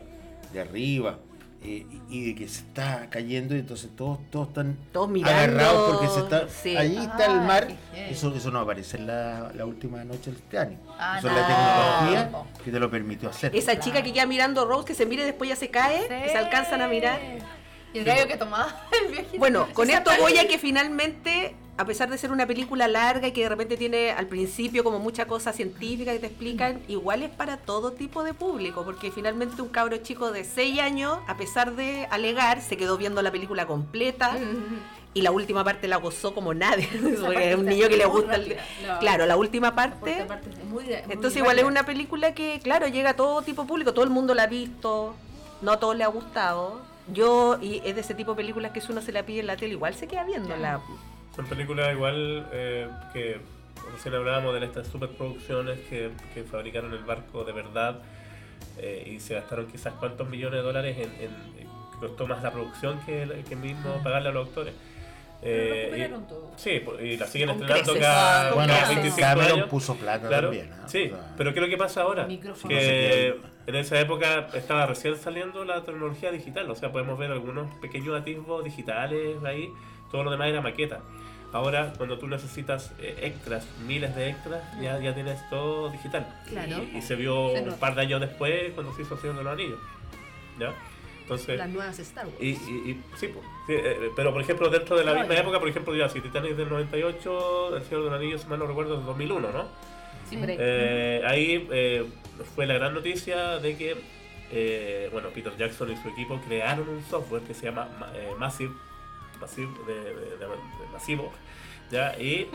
de arriba eh, y- y de que se está cayendo y entonces todos, todos están Todos mirando, agarrados porque se está, sí. ahí está el Ah, mar. qué heavy. Eso, eso no aparece en la, la última noche del Titanic. Ah, eso es no. la tecnología que te lo permitió hacer. Esa chica que queda mirando Rose, que se mire y después ya se cae, que se alcanzan a mirar. Y el gallo que tomaba el viaje. Bueno, con esto voy a que finalmente, a pesar de ser una película larga y que de repente tiene al principio como mucha cosa científica que te explican, igual es para todo tipo de público, porque finalmente un cabro chico de 6 años, a pesar de alegar, se quedó viendo la película completa Mm. y la última parte la gozó como nadie. porque parte es un está niño que le muy gusta. el- rápida, la- Claro, la última parte. Porque aparte es muy- muy Entonces igual es rápida. una película que, claro, llega a todo tipo de público, todo el mundo la ha visto, no a todos le ha gustado. Yo, y es de ese tipo de películas que si uno se la pide en la tele, igual se queda viéndola. Son películas igual eh, que recién hablábamos de estas superproducciones que, que fabricaron el barco de verdad eh, y se gastaron quizás cuántos millones de dólares en, en- costó más la producción que, el- que mismo pagarle a los actores. Pero Eh, y- recuperaron todo. sí, po- y la siguen Con estrenando creces. cada, bueno, este cada Ah, 25 Cameron años. puso plata Claro, también. ¿ah? sí, O sea, pero ¿qué es lo que pasa ahora? Micrófono. Que en esa época estaba recién saliendo la tecnología digital, o sea, podemos ver algunos pequeños atisbos digitales ahí, todo lo demás era maqueta. Ahora, cuando tú necesitas eh, extras, miles de extras, ya, ya tienes todo digital. Claro. Y, y se vio Se un nota. par de años después cuando se hizo haciendo los anillos. ¿Ya? Entonces, Las nuevas Star Wars. y, y- y- sí, po. Sí, eh, pero por ejemplo, dentro de la misma época, por ejemplo, ya si Titanic es del 98, El Señor de los Anillos, si mal no recuerdo, es del 2001, ¿no? Sí, break. Eh, ahí eh, fue la gran noticia de que, eh, bueno, Peter Jackson y su equipo crearon un software que se llama Ma- eh, Massive, Massive, de, de- de- de masivo, ¿ya? Y,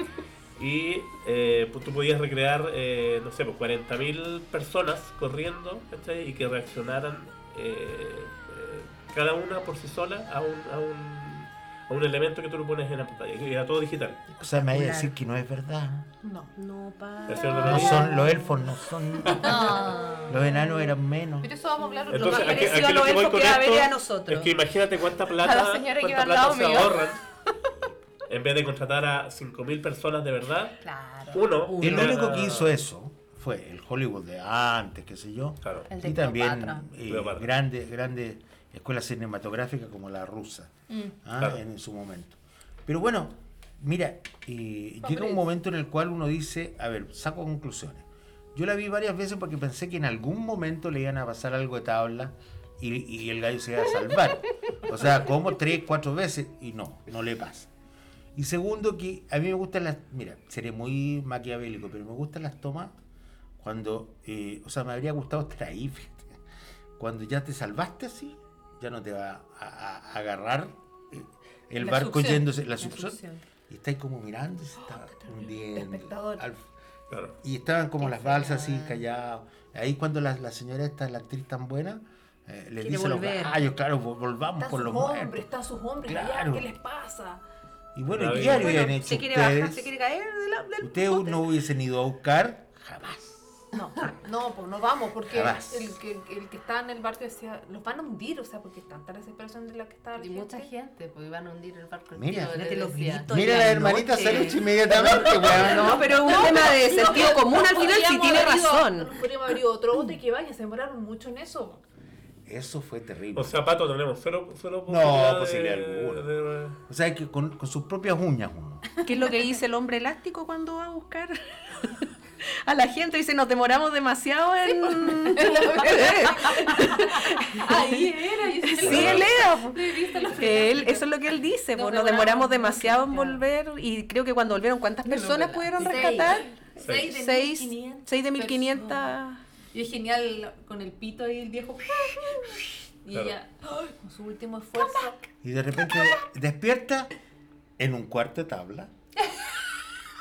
y eh, pues tú podías recrear, eh, no sé, pues 40.000 personas corriendo, ¿cachai? Y que reaccionaran eh, eh, cada una por sí sola a un, a un, a un elemento que tú lo pones en la pantalla. Y era todo digital. O sea, me vaya a decir que no es verdad. No. No, pa. El Señor de los No Anillos. son, los elfos no son. No. Los enanos eran menos. Pero eso vamos a hablar lo Entonces, más aquí- aquí parecido a lo lo que voy elfos con que va a esto ver a nosotros. Es que imagínate cuánta plata, A la señora que cuánta iba al plata lado se mío. ahorran en vez de contratar a 5.000 personas de verdad. Claro. Uno. El era- único que hizo eso fue el Hollywood de antes, qué sé yo. Claro. El de y también Cleopatra. eh, Cleopatra. grandes grandes escuelas cinematográficas como la rusa ¿ah? Claro. en, su momento. Pero bueno, mira, eh, llega un momento en el cual uno dice, a ver, saco conclusiones. Yo la vi varias veces porque pensé que en algún momento le iban a pasar algo de tabla y, y el gallo se iba a salvar. O sea, como tres, cuatro veces y no, no le pasa. Y segundo, que a mí me gustan las. Mira, seré muy maquiavélico, pero me gustan las tomas cuando. eh, o sea, me habría gustado estar ahí, fíjate. Cuando ya te salvaste así, ya no te va a, a- a agarrar eh, el La barco succión. yéndose, la La succión. succión. Y estáis como mirando, y se Oh, está hundiendo. espectador. Al- Claro. y estaban como las balsas así, callados. Ahí cuando la, la señora esta, la actriz tan buena, eh, Quiere le dice a los volver. gallos, claro, vol- volvamos Están por sus los hombres, muertos. están sus hombres Claro. allá, ¿qué les pasa? Y bueno, Claro, ¿qué y- habían Bueno, hecho se quiere ustedes? bajar, se quiere caer de la- del Ustedes bote. no hubiesen ido a buscar jamás. No, no, pues no vamos, porque Jamás. el que, el que está en el barco decía, los van a hundir, o sea, porque es tanta la desesperación de la que está. la Y mucha gente, pues iban a hundir el barco. Mira, entero, fíjate les los decía. gritos. Toda Mira la la hermanita noche. Salucci inmediatamente, weón. No, pero es un tema de sentido común al final Podríamos si tiene haber ido- razón. Podríamos haber ido a otro bote que vaya, se demoraron mucho en eso. Eso fue terrible. O sea, Pato, tenemos cero, cero No, posibilidad alguna. O sea, que con, con sus propias uñas uno. ¿Qué es lo que dice el hombre elástico cuando va a buscar a la gente? Dice, nos demoramos demasiado en... pues. Ahí era, y Sí, eso él era. po. los Él, eso es lo que él dice, Nos pues nos demoramos demoramos demasiado en mucho, volver y creo que cuando volvieron, ¿cuántas personas pudieron Seis. rescatar? Seis. de Seis, 1500 seis de personas. 1500. Y es genial con el pito ahí, el viejo. Y Claro. ella, ¡ay! con su último esfuerzo. Y de repente despierta en un cuarto de tabla.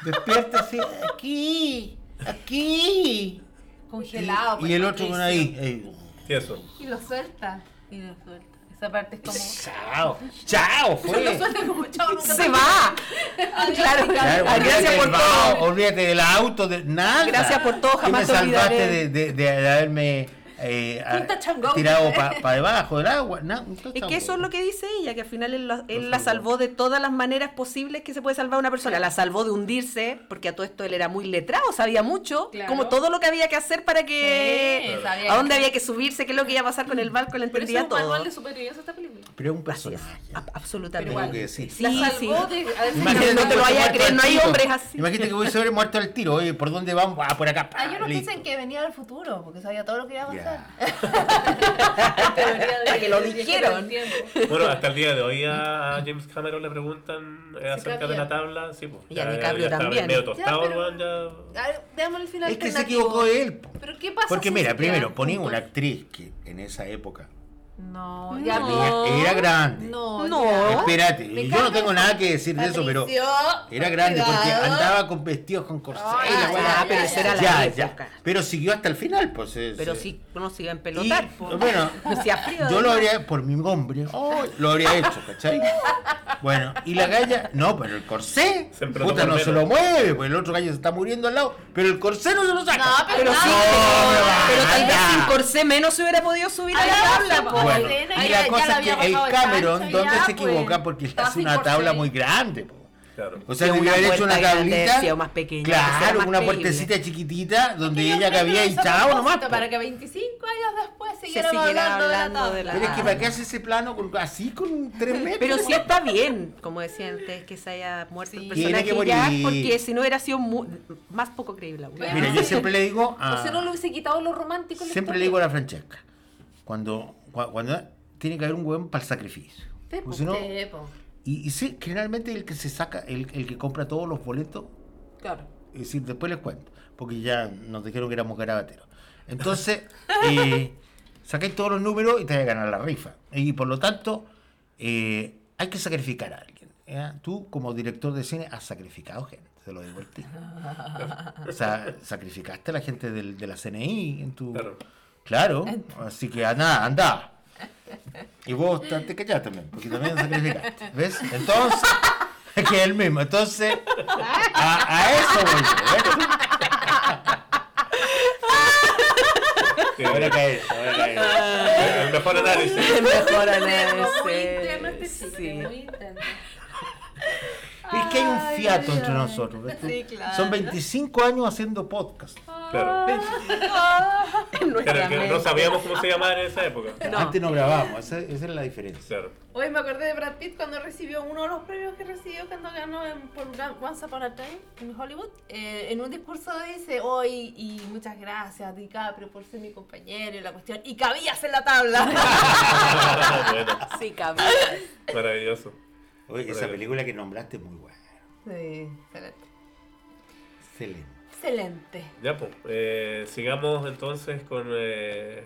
Despierta así, aquí, aquí. Congelado. Y, pues, y el otro con porque ahí. ahí. Tieso. Y lo suelta. sí. Y no suelta. Esa parte es como. Chao, chao, Lo fue. suelta como chao, nunca ¡Se va! Claro, Claro, ah, gracias olvídate por del vaho, todo. Olvídate del auto, de nada. Gracias por todo, Tú jamás me te salvaste olvidaré. de, de- de haberme eh, a- Punta changón. tirado para debajo del agua. No, un Es changón. que eso es lo que dice ella, que al final él, la- él la salvó. salvó de todas las maneras posibles que se puede salvar una persona. La salvó de hundirse, porque a todo esto él era muy letrado, sabía mucho, Claro. como todo lo que había que hacer para que... Sí, sabía a que- dónde había que subirse, qué es lo que iba a pasar con el barco, él Pero eso es entendía un manual todo. de supervivencia esta película. Pero es un Así es, personaje. a- Pero absolutamente. igual, Tengo que decir. Sí, La sí. salvó de haberse Imagínate, no te lo enamorado. vaya a muerto creer, al no hay tiro. hombres así. Imagínate que hubiese haber muerto al tiro. Oye, ¿por dónde vamos? Ah, por acá. pa, Hay unos que listo. dicen que venía del futuro, porque sabía todo lo que iba a pasar. Ya. Para que lo dijeron. Bueno, hasta el día de hoy a a James Cameron le preguntan eh, acerca de la tabla. Sí, pues. Y a DiCaprio estaba también. medio tostado, Ya, el pero- weón, ya. Veamos el final Es que se alternativo. equivocó él. po. Pero qué pasa Porque si mira, se primero quedan ponía juntos? una actriz que en esa época No, No. ya no. ella era grande. No, No. ya. Espérate, Me yo no carga tengo esa- nada que decir de eso, pero era grande porque andaba con vestidos con corsé. y la ya, weá. ya, pero eso era la Ya, época. ya. Pero siguió hasta el final, pues. eh, Pero eh. sí, uno se iba a empelotar. Y, po. bueno, Hacía frío, Yo lo además. habría, por mi hombre, oh, lo habría hecho, ¿cachai? Bueno, y la galla, no, pero el corsé, Se emprobó puta, no primero. se lo mueve, pues el otro gallo se está muriendo al lado, pero el corsé no se lo saca. No, Pero sí, No, pero, me pero tal vez mata. sin corsé menos se hubiera podido subir a Ahí la vamos, tabla, po. vamos. Bueno, Bueno, y ahí la ya- ya cosa la es que había el bajado de Cameron, cancha, ¿dónde ya, se equivoca? pues. Porque le Estaba hace sin una corsé. tabla muy grande, po. Claro. O Pero sea, le una hubiera hecho puerta una grande, tablita. sido más pequeña, que sea claro, más una creíble. puertecita chiquitita donde Yo ella creo cabía que lo hizo a hinchado nomás. propósito, po. Para que 25 años después siguiéramos siguiera hablando, hablando de de la- la Pero es tabla. que para qué hace ese plano con- así con tres metros. Pero sí está bien, como decía antes, que se haya muerto el Sí. personaje Tiene que ya, morir. porque si no hubiera sido mu- más poco creíble aún. Bueno. Mira, yo siempre le digo a. O sea, no le hubiese quitado lo romántico. a la ah. Siempre historia. le digo a la Francesca, cuando, cua- cuando tiene que haber un hueón para el sacrificio. Sí, Porque si no- Sí, po. y, y sí, generalmente el que se saca, el, el que compra todos los boletos, Claro. es decir, después les cuento, porque ya nos dijeron que éramos garabateros. Entonces, eh, sacáis todos los números y te vais a ganar la rifa. Y por lo tanto, eh, hay que sacrificar a alguien. ¿ya? Tú, como director de cine, has sacrificado gente, te lo digo a ti. O sea, sacrificaste a la gente del- de la CNI en tu... Claro. Claro, así que anda, anda. Y vos ta- te callás también, porque también sacrificaste. ¿Ves? Entonces, es que es el mismo. Entonces, a, a eso voy yo, ¿eh? ¿ves? Sí, Ahora cae eso, ahora cae eso. el mejor análisis. Mejor Muy interno análisis. este chiste, muy Sí. interno. Es que hay un fiato entre nosotros. ¿ves tú? Son 25 años haciendo podcast. Claro. En nuestra Claro, que no mente. sabíamos cómo se llamaba en esa época. No. Antes no grabábamos, esa, esa es la diferencia. Claro. Hoy me acordé de Brad Pitt cuando recibió uno de los premios que recibió cuando ganó en, por Gun- Once Upon a Time en Hollywood. Eh, en un discurso dice, hoy y muchas gracias DiCaprio por ser mi compañero y la cuestión. Y cabías en la tabla. bueno, Sí, cabía. maravilloso. Oye, esa película que nombraste es muy buena. sí, excelente. Excelente. Excelente. Ya, pues. eh, sigamos entonces con. eh,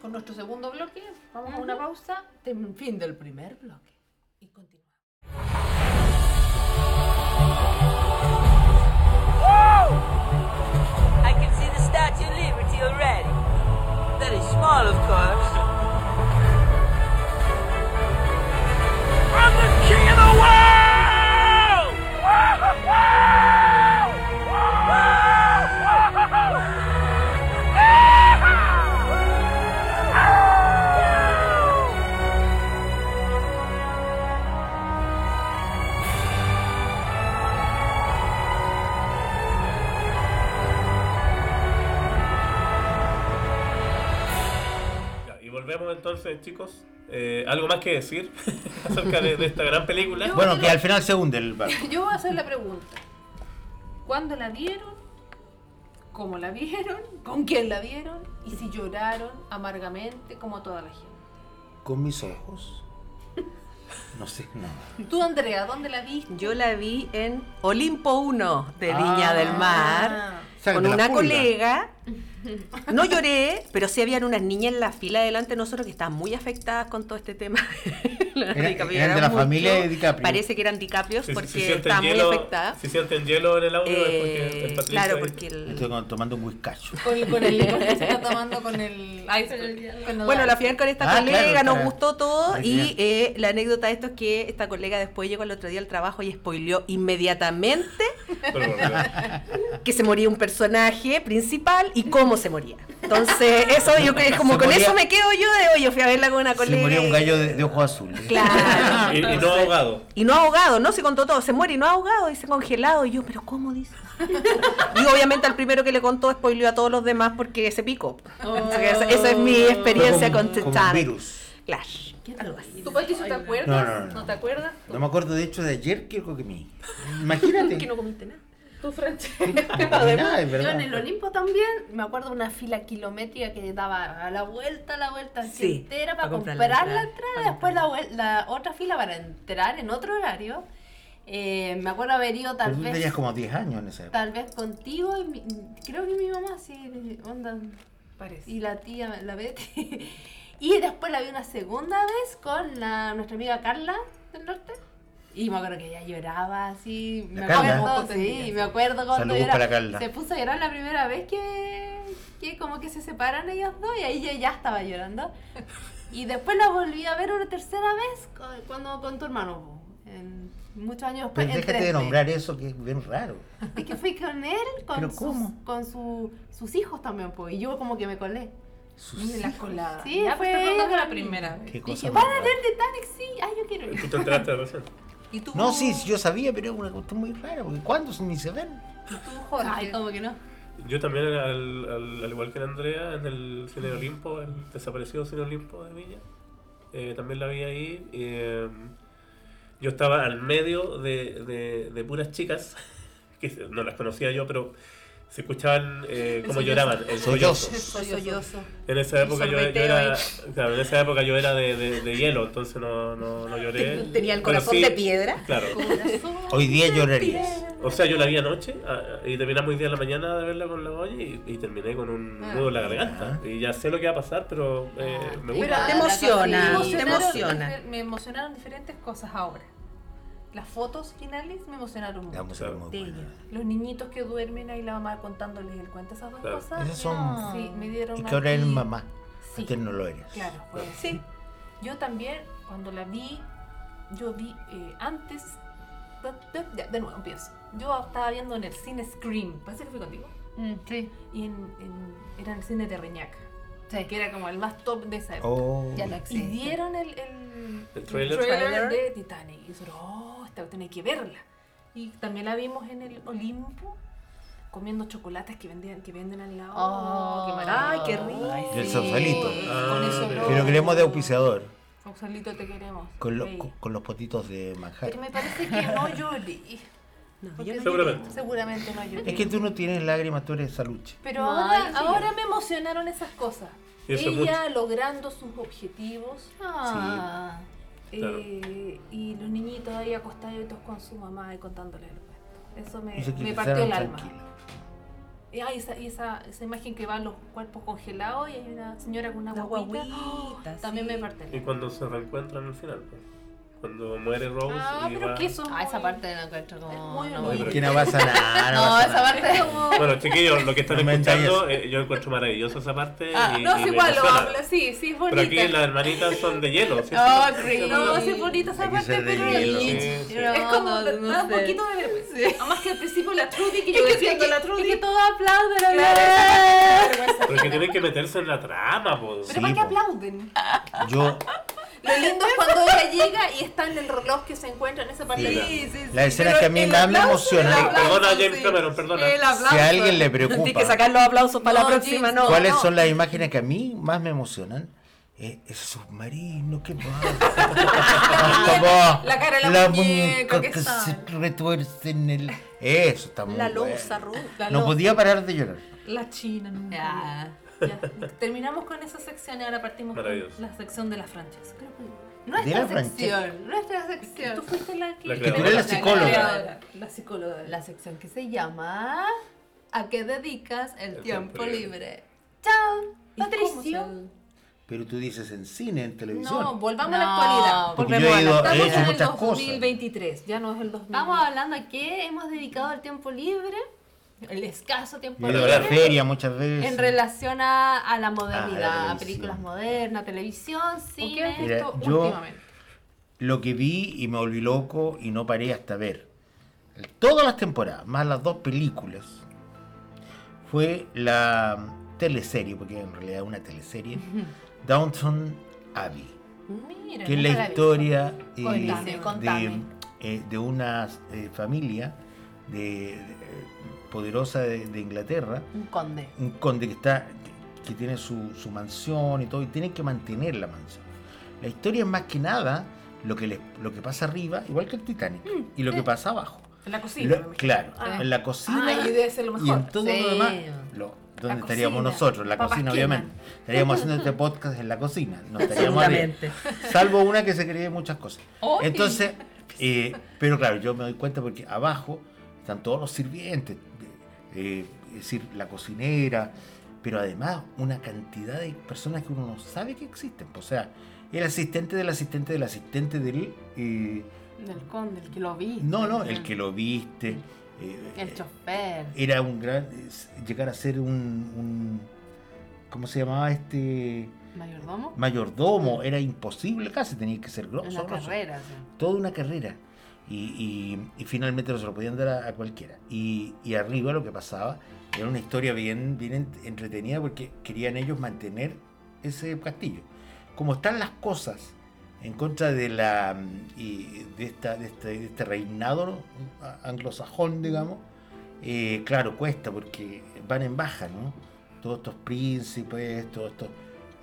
Con nuestro segundo bloque, vamos a una pausa Tem- Fin del primer bloque. y continuamos. I can see the Statue of Liberty already. very small, of course. I'm the king of the world! Ya, Y volvemos entonces, chicos. Eh, ¿Algo más que decir acerca de, de esta gran película? Bueno, que al final se hunde el barco. Yo voy a hacer la pregunta. ¿Cuándo la vieron? ¿Cómo la vieron? ¿Con quién la vieron? ¿Y si lloraron amargamente como toda la gente? Con mis ojos. No sé, no. Tú, Andrea, ¿dónde la viste? Yo la vi en Olimpo 1 de Viña Ah. del Mar. con Sácate la una pulga. colega. No lloré, pero sí habían unas niñas en la fila delante de nosotros que estaban muy afectadas con todo este tema. La Era- DiCaprio eran era de la mucho. familia de DiCaprio. Parece que eran DiCaprios Si- si- porque si sienten estaban muy hielo- afectadas. Si sienten hielo en el audio es porque Eh, el Patricio claro, ahí- porque el- Estoy con- tomando un whiskacho. Con el, con el, con el que se está tomando con el iceberg. Con Bueno, el la iceberg. final con esta Ah, colega claro, nos claro. gustó todo Muy bien. y eh, la anécdota de esto es que esta colega después llegó al otro día al trabajo y spoileó inmediatamente Pero, ¿verdad? que se moría un personaje principal y cómo se moría. Entonces, eso yo creo que es como Se con moría- eso me quedo yo de hoy. Yo fui a verla con una Se colega. moría un y- gallo de, ¿eh? de ojos azules. Claro. Y, y no Entonces- ahogado. Y no ahogado, no se contó todo, se muere y no ahogado, dice congelado. Y yo, pero ¿cómo dice? Y obviamente al primero que le contó spoileó a todos los demás porque se picó. Así que Esa, esa es Oh. mi experiencia Fue como- con como un Titanic. virus. Clash. Algo así. ¿Tú, Patricio, te acuerdas? No, no, no, no. te acuerdas? No me acuerdo, de hecho, de ayer que que comí. Imagínate. no comiste nada. Tú, Francesca. No comí nada, es Yo verdad. en el Olimpo también me acuerdo de una fila kilométrica que daba a la vuelta, a la vuelta así Sí, entera para para comprar comprar la la entrada, entrada, para después la, vuel- la otra fila para entrar en otro horario. Eh, me acuerdo haber ido tal Pero tú vez tenías como 10 años en esa época. tal vez contigo y mi- creo que mi mamá sí onda Parece. y la tía la Betty. y después la vi una segunda vez con la, nuestra amiga Carla del norte. Y me acuerdo que ella lloraba así. La Me Carla. acuerdo, sí, me acuerdo cuando Saludos lloraba. para Carla. Se puso a llorar la primera vez que, que como que se separan ellas dos y ahí yo ya estaba llorando. Y después la volví a ver una tercera vez cu- cuando con tu hermano. po, en- muchos años después. Pero en déjate de 13. nombrar eso que es bien raro. Es que fui con él, con, ¿Pero sus, cómo? con su- sus hijos también, po, y yo como que me colé. Sus- La colada. Sí, ya, fue pues, te acuerdas de ella. la primera vez. Dije, Qué cosa más van a rara. ver Titanic, sí. Ay, yo quiero Tú ir. te enteraste recién. ¿Y tú? No, sí, sí, yo sabía, pero es una cuestión muy rara, porque ¿cuándo ni se ven? Ay, como que no. Yo también, al, al- al igual que la Andrea, en el Cine Olimpo, el desaparecido Cine Olimpo de Villa, eh, también la vi ahí. eh, yo estaba al medio de, de- de puras chicas, que se- no las conocía yo, pero se escuchaban eh, cómo lloraban, el sollozo. Sollozos. Sollozo. En esa época yo, yo sorbeteo era, claro, en esa época yo era de, de- de hielo, entonces no, no, no lloré. Tenía el Eh, Pero corazón sí, de piedra. Claro. Hoy día llorarías. O sea, yo la vi anoche a- y terminamos hoy día en la mañana de verla con la olla y, y terminé con un Ah. nudo en la garganta. Ah. Y ya sé lo que va a pasar, pero eh, me Pero gusta. Te te emociona, Me te emocionaron- emociona. Me emocionaron diferentes cosas ahora. Las fotos finales me emocionaron La mucho. música es pues, muy buena. Los niñitos que duermen ahí la mamá contándoles el cuento, esas dos Claro. cosas. Esas son. Sí, me dieron Y que ahora eres aquí- mamá. Sí, Antes no lo eres. claro. pues. Sí. Yo también, cuando la vi, yo vi eh, antes... Ya, de nuevo, empiezo. Yo estaba viendo en el cine Scream. Parece que fui contigo. sí. Y en, en- era en el cine de Reñaca. Sí. Que era como el más top de esa época. Oh. Ya no Y existe. dieron el, el, El trailer. trailer de Titanic. Y nosotros, oh, esta cuestión hay que verla. Y también la vimos en el Olimpo comiendo chocolates que, vendían, que venden al lado. Oh, qué Ay, maravilla. qué rico. Y el sausalito. Con eso Ah, no. Pero queremos de auspiciador. Sausalito, te queremos. Con, lo- Sí. con, con los potitos de manjar. Pero me parece que no lloré. No, Porque yo no. Seguramente. Seguramente no lloré. Es que tú no tienes lágrimas, tú eres saluche. Pero No, ahora, yo sí ahora me emocionaron esas cosas. Y eso es Ella logrando sus objetivos. Ah. Claro. Eh, y los niñitos ahí acostaditos con su mamá y contándoles el cuento. Eso me, Dice que me partió el quedaron alma. tranquilos. Y, ay, esa, y esa, esa imagen que van los cuerpos congelados y hay una señora con una La guaguita. guaguita, También sí. me partió el Y alma. cuando se reencuentran al final, pues. Cuando muere Rose Ah, y pero va- que eso. es Ah, esa muy- parte la encuentro como. Muy no, bonito. Que no pasa nada. No, pasa esa nada. parte es como. Bueno, chiquillos, lo que están No me escuchando, eh, yo encuentro maravilloso esa parte. Ah, y, no, y es me igual, lo emociona. hablo, sí, sí, es Pero bonita. aquí las hermanitas son de hielo, ¿cierto? Oh, cringe. No, sí es bonita esa Hay que parte, ser de pero hielo. Sí, es sí. es como No, da- no da un sé. poquito de vergüenza. Además que al principio la Trudy, que Es yo que- defiendo es que- la Trudy. es que todos aplauden a la Pero es que tienen que meterse en la trama, pues. Pero Sí, ¿para qué po. aplauden? Yo, Lo lindo es cuando ella llega y está en el reloj que se encuentra en esa parte. Sí. Sí. las escenas que a mí más me emocionan. Perdona, James Cameron, perdona. Si a alguien le preocupa. Tienes que sacar los aplausos para No, la próxima, James, no. ¿Cuáles no. son las imágenes que a mí más me emocionan? Eh, ese submarino, qué pasa. la cara de la muñeca que que se sale. retuerce en el. Eso está muy La bueno. losa ruda. No podía parar de llorar. La China, no. Ya. Ya, terminamos con esa sección y ahora partimos con Maravilloso. la sección de la Francesca. Creo que Dile a Nuestra Francesca. sección, nuestra Tú sección. fuiste la que... La que tú eres la psicóloga. creadora, La psicóloga. La sección que se llama ¿A qué dedicas el, El tiempo tiempo, libre. libre? Chao, ¿Y cómo se- Patricio. Pero tú dices en cine, en televisión. No, volvamos a la No, actualidad. Porque yo volvemos he, a la- ido, he Estamos hecho en el muchas cosas. 2023, ya no es el 2000. Vamos hablando a qué hemos dedicado el tiempo libre, el escaso tiempo He ido a la libre, feria muchas veces. en relación a, a la modernidad, a Ah, televisión. películas modernas, televisión, ¿Con qué has cine. Mira, visto yo- últimamente? Lo que vi y me volví loco y no paré hasta ver. Todas las temporadas, más las dos películas, fue la mm, teleserie, porque en realidad es una teleserie, Downton Abbey, Mira, que es la nunca la he historia eh, Contame, de, contame. eh, de una eh, familia de, de, eh, poderosa de- de Inglaterra, Un conde. un conde que está que tiene su, su mansión y todo y tienen que mantener la mansión la historia es más que nada lo que les, lo que pasa arriba igual que el Titanic y lo que pasa abajo En la cocina. Lo- Mm, me imagino. claro Ah. en la cocina Ah, y debe ser lo y mejor. en todo Sí. lo demás lo- donde La estaríamos cocina. nosotros la Papas cocina queman. obviamente estaríamos haciendo este podcast en la cocina no estaríamos arriba. Absolutamente. salvo una que se cree muchas cosas ¡Ay! entonces eh, pero claro yo me doy cuenta porque abajo están todos los sirvientes eh, es decir la cocinera pero además una cantidad de personas que uno no sabe que existen o sea el asistente del asistente del asistente del eh, Del conde, el que lo vi. no no el que lo viste eh, El chofer. era un gran es- llegar a ser un, un- cómo se llamaba este ¿Mayordomo? mayordomo era imposible casi tenía que ser grosso, En la grosso. carrera. sí. toda una carrera y, y- y finalmente no se lo podían dar a, a cualquiera y, y arriba lo que pasaba era una historia bien bien ent- entretenida porque querían ellos mantener ese castillo como están las cosas en contra de la mm, y de esta de este, de este reinado a- anglosajón digamos eh, claro cuesta porque van en baja no todos estos príncipes todos estos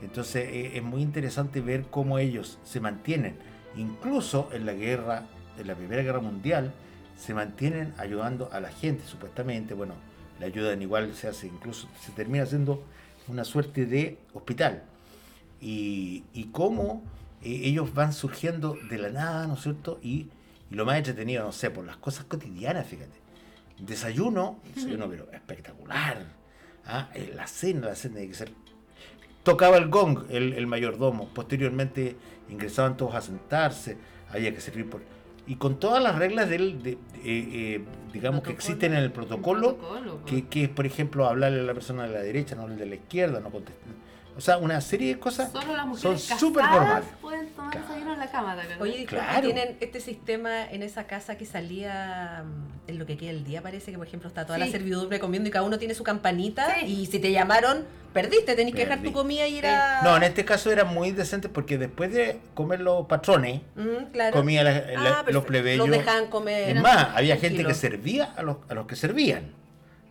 entonces eh, es muy interesante ver cómo ellos se mantienen incluso en la guerra en la primera guerra mundial se mantienen ayudando a la gente supuestamente bueno la ayuda en igual se hace incluso se termina haciendo una suerte de hospital y, y cómo eh, ellos van surgiendo de la nada, ¿no es cierto? Y, y lo más entretenido, no sé, por las cosas cotidianas, fíjate. Desayuno, desayuno pero espectacular. ¿ah? Eh, La cena, la cena tiene que ser... Tocaba el gong el, el mayordomo, posteriormente ingresaban todos a sentarse, había que servir por... Y con todas las reglas del, de- eh, eh, digamos, que Protocolo. existen en el protocolo, Protocolo, pues. que, que es, por ejemplo, hablarle a la persona de la derecha, no al de la izquierda, no contestar. O sea, una serie de cosas. Solo las son mujeres súper casadas normales. pueden tomar Claro. desayuno en la cama. ¿te acuerdas? Oye, disculpa, Claro. tienen este sistema en esa casa que salía mm, en lo que queda el día, parece que por ejemplo está toda la Sí. servidumbre comiendo y cada uno tiene su campanita Sí. y si te llamaron, perdiste, tenés que dejar tu Perdí. comida y ir a... No, en este caso era muy decente porque después de comer los patrones, Mm, claro. comía la- la- Ah, los perfecto. plebeyos. Los dejaban comer. Es más, había gente tranquilo. que servía a los, a los que servían.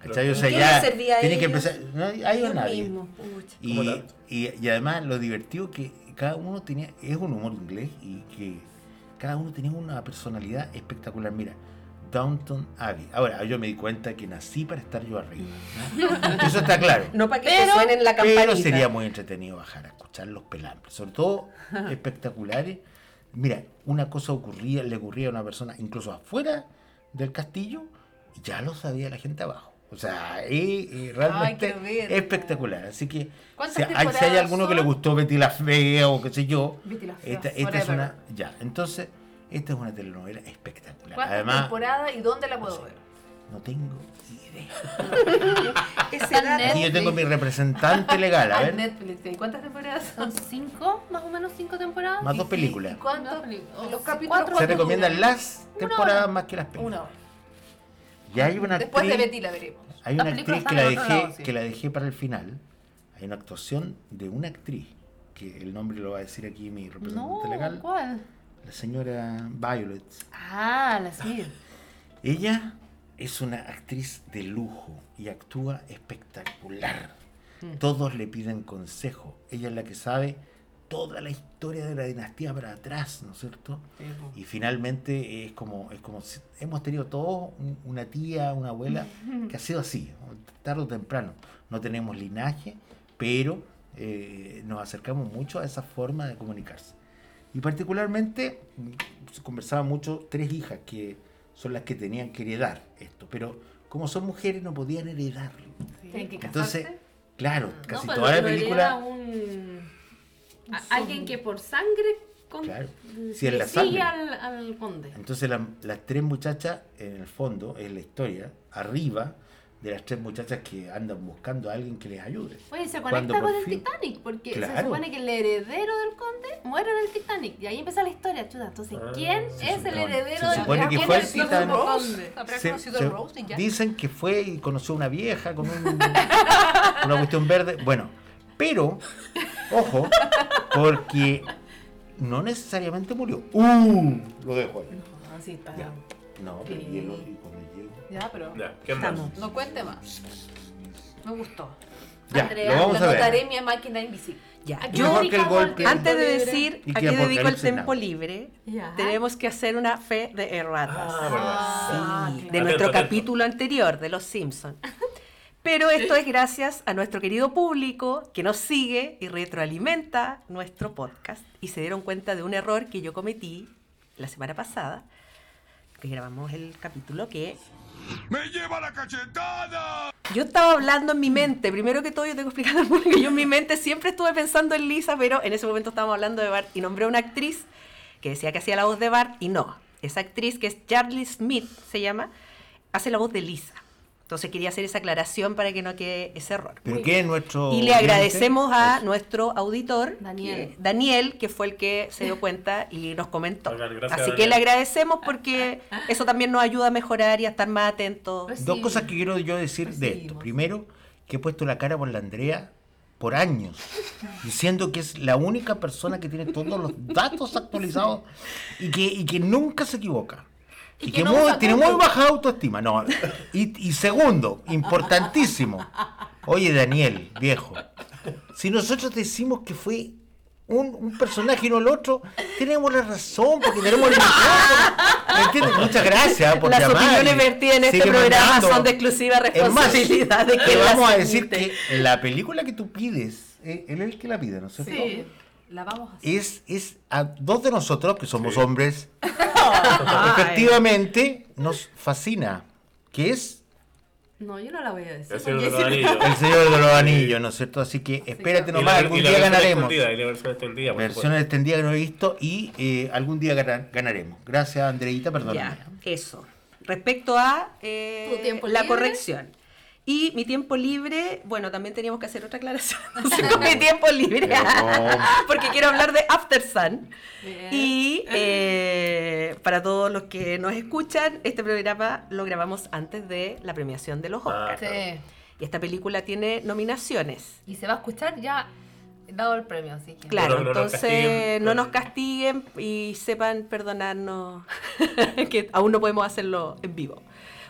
¿Cachai? O sea, ¿Quién ya les servía a tienen que ellos? empezar. No, a ellos Ellos nadie. mismos, pucha. Y, Como tanto. y- y además lo divertido que cada uno tenía, es un humor inglés y que cada uno tenía una personalidad espectacular. Mira, Downton Abbey. Ahora, yo me di cuenta que nací para estar yo arriba. ¿no? Eso está claro. No para que te suenen la campanita. Pero sería muy entretenido bajar a escuchar los pelambres, sobre todo espectaculares. Mira, una cosa ocurría, le ocurría a una persona incluso afuera del castillo y ya lo sabía la gente abajo. O sea, es, es realmente quiero ver. espectacular. Así que ¿Cuántas si hay, si hay temporadas alguno que le son? gustó Betty la Fea o qué sé yo, Betty la Fea, esta, esta es forever. una... Ya, entonces Esta es una telenovela espectacular. ¿Cuánta Además, temporada y dónde la puedo ver? no tengo idea. Ese Tan dato- Aquí yo tengo mi representante legal, a Ah, ver. Netflix. ¿Y cuántas temporadas son? Son cinco, más o menos cinco temporadas. Más dos ¿Y películas. cuántos? Dos películas. Los Sí, capítulos. cuatro. cuánto Se duran? recomiendan las temporadas más que las películas. Una hora. Ya hay una Después de actriz- Betty la veremos. Hay una Las películas actriz que están la, en otro dejé, lado, sí. que la dejé para el final. Hay una actuación de una actriz, que el nombre lo va a decir aquí mi representante legal, No, ¿cuál? la señora Violet. Ah, la sí. Ella es una actriz de lujo y actúa espectacular. Hmm. Todos le piden consejo. Ella es la que sabe toda la historia de la dinastía para atrás, ¿no es cierto? Y finalmente es como, es como si- hemos tenido todos un- una tía, una abuela, que ha sido así, tarde o temprano. No tenemos linaje, pero eh, nos acercamos mucho a esa forma de comunicarse. Y particularmente mm, se conversaba mucho tres hijas que son las que tenían que heredar esto, pero como son mujeres no podían heredarlo. Tienen que casarse. Entonces, claro, casi no, pero toda la lo hereda película, un- a- alguien que por sangre con... Claro. le Si es la sigue sangre. al, al conde. entonces la- las tres muchachas en el fondo es la historia arriba de las tres muchachas que andan buscando a alguien que les ayude. Oye, se Cuando conecta por con el fin- Titanic, porque se Claro. supone que el heredero del conde muere en el Titanic. Y ahí empieza la historia, chuta. Entonces, Ah, ¿quién se es el supone- heredero se del supone que ¿Quién fue es el próximo Titanic. conde? Habrá Se- conocido se- el Rose y ya. Dicen que fue y conoció una vieja con un- una cuestión verde. Bueno, pero, ojo, porque no necesariamente murió. ¡Uh! Lo dejo ahí. No, sí, está. Ya. No, pero y el otro, y cuando llego. Ya, pero Ya, ¿qué más? Estamos. no cuente más. Me gustó. Ya, Andrea, lo vamos La a anotaré ver. en mi máquina invisible. Ya. Yo- Mejor que el golpe. Antes de decir Y a que qué dedico el Apocalipsis tiempo Now. libre, Ya. tenemos que hacer una fe de erratas. Ah, verdad. Ah, Sí, claro. de Atento, nuestro atento. capítulo anterior, de Los Simpsons. Pero esto es gracias a nuestro querido público que nos sigue y retroalimenta nuestro podcast. Y se dieron cuenta de un error que yo cometí la semana pasada, que grabamos el capítulo, que ¡Me lleva la cachetada! yo estaba hablando en mi mente. Primero que todo, yo tengo que explicar al público que yo en mi mente siempre estuve pensando en Lisa, pero en ese momento estábamos hablando de Bart y nombré una actriz que decía que hacía la voz de Bart y no. Esa actriz que es Charlie Smith, se llama, hace la voz de Lisa. Entonces quería hacer esa aclaración para que no quede ese error. ¿Pero qué es nuestro.? Y le oyente? agradecemos a nuestro auditor, Daniel. que- Daniel, que fue el que se dio cuenta y nos comentó. Oigan, gracias, Así que Daniel. le agradecemos porque eso también nos ayuda a mejorar y a estar más atentos. Dos cosas que quiero yo decir de esto. Recibimos. Primero, que he puesto la cara por la Andrea por años, diciendo que es la única persona que tiene todos los datos actualizados y que, y que nunca se equivoca. Y, que, que no muy- usa tiene muy Google. baja autoestima. No. Y, y segundo, importantísimo. Oye, Daniel, viejo, si nosotros decimos que fue un, un personaje y no el otro, tenemos la razón porque tenemos el micrófono. ¿Entiendes? Muchas gracias por Las llamar. opiniones y vertidas en este sigue programa mandando. son de exclusiva responsabilidad de te quien las vamos a decir emite. que la película que tú pides, eh, él es el que la pide, ¿no es cierto? Sí. La vamos a hacer. Es, es a dos de nosotros, que somos hombres, Ay. efectivamente nos fascina, que es No, yo no la voy a decir. El Señor Yo de los sí- Anillos. El Señor de los Anillos, ¿no es cierto? Así que espérate Y Este nomás, la- algún y la día versión pues. ganaremos. extendida, y la versión extendida, por Versión extendida que no he visto y eh, algún día gana- ganaremos. Gracias, Andreita, perdóname. Ya, eso. Respecto a eh, Tu tiempo la libre. corrección. Y mi tiempo libre, bueno, también teníamos que hacer otra aclaración con mi tiempo libre. Pero cómo. Porque quiero hablar de After Sun. Y eh, para todos los que nos escuchan, este programa lo grabamos antes de la premiación de los Ah. Oscars. Sí. Y esta película tiene nominaciones. Y se va a escuchar ya dado el premio, así que... Claro, No, no nos entonces castiguen. no nos castiguen y sepan perdonarnos que aún no podemos hacerlo en vivo.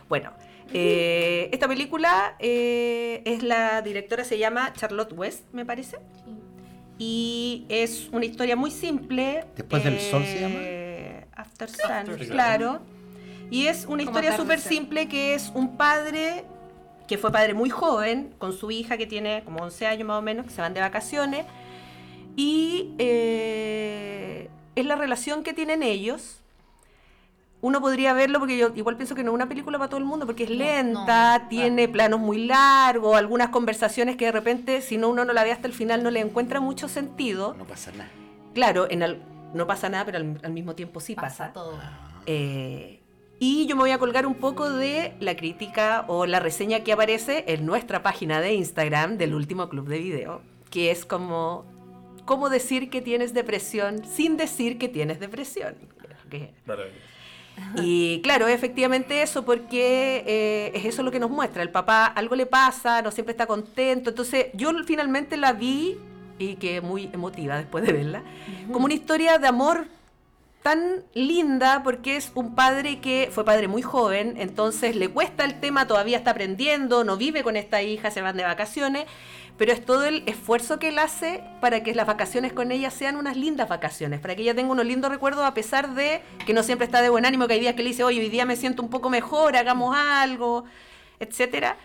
Bueno, eh, esta película eh, es la directora, se llama Charlotte West, me parece. Y es una historia muy simple. ¿Después del sol se llama? llama? After Sun, Sun. claro. Y es una Como historia súper atardecer. simple que es un padre que fue padre muy joven, con su hija que tiene como 11 años más o menos, que se van de vacaciones. Y eh, es la relación que tienen ellos. Uno podría verlo porque yo igual pienso que no es una película para todo el mundo porque es No, lenta, no, tiene planos muy largos, algunas conversaciones que de repente si no uno no la ve hasta el final no le encuentra mucho sentido. No pasa nada. Claro, en al- no pasa nada, pero al, al mismo tiempo sí pasa. Pasa todo. Eh, y yo me voy a colgar un poco de la crítica o la reseña que aparece en nuestra página de Instagram del último club de video, que es como cómo decir que tienes depresión sin decir que tienes depresión. Que- Maravilloso. y claro, es efectivamente eso, porque eh, es eso lo que nos muestra. El papá algo le pasa, no siempre está contento. Entonces, yo finalmente la vi, y que muy emotiva después de verla, como una historia de amor tan linda, porque es un padre que fue padre muy joven, entonces le cuesta el tema, todavía está aprendiendo, no vive con esta hija, se van de vacaciones. Pero es todo el esfuerzo que él hace para que las vacaciones con ella sean unas lindas vacaciones, para que ella tenga unos lindos recuerdos a pesar de que no siempre está de buen ánimo, que hay días que le dice, oye, hoy día me siento un poco mejor, hagamos algo, etcétera.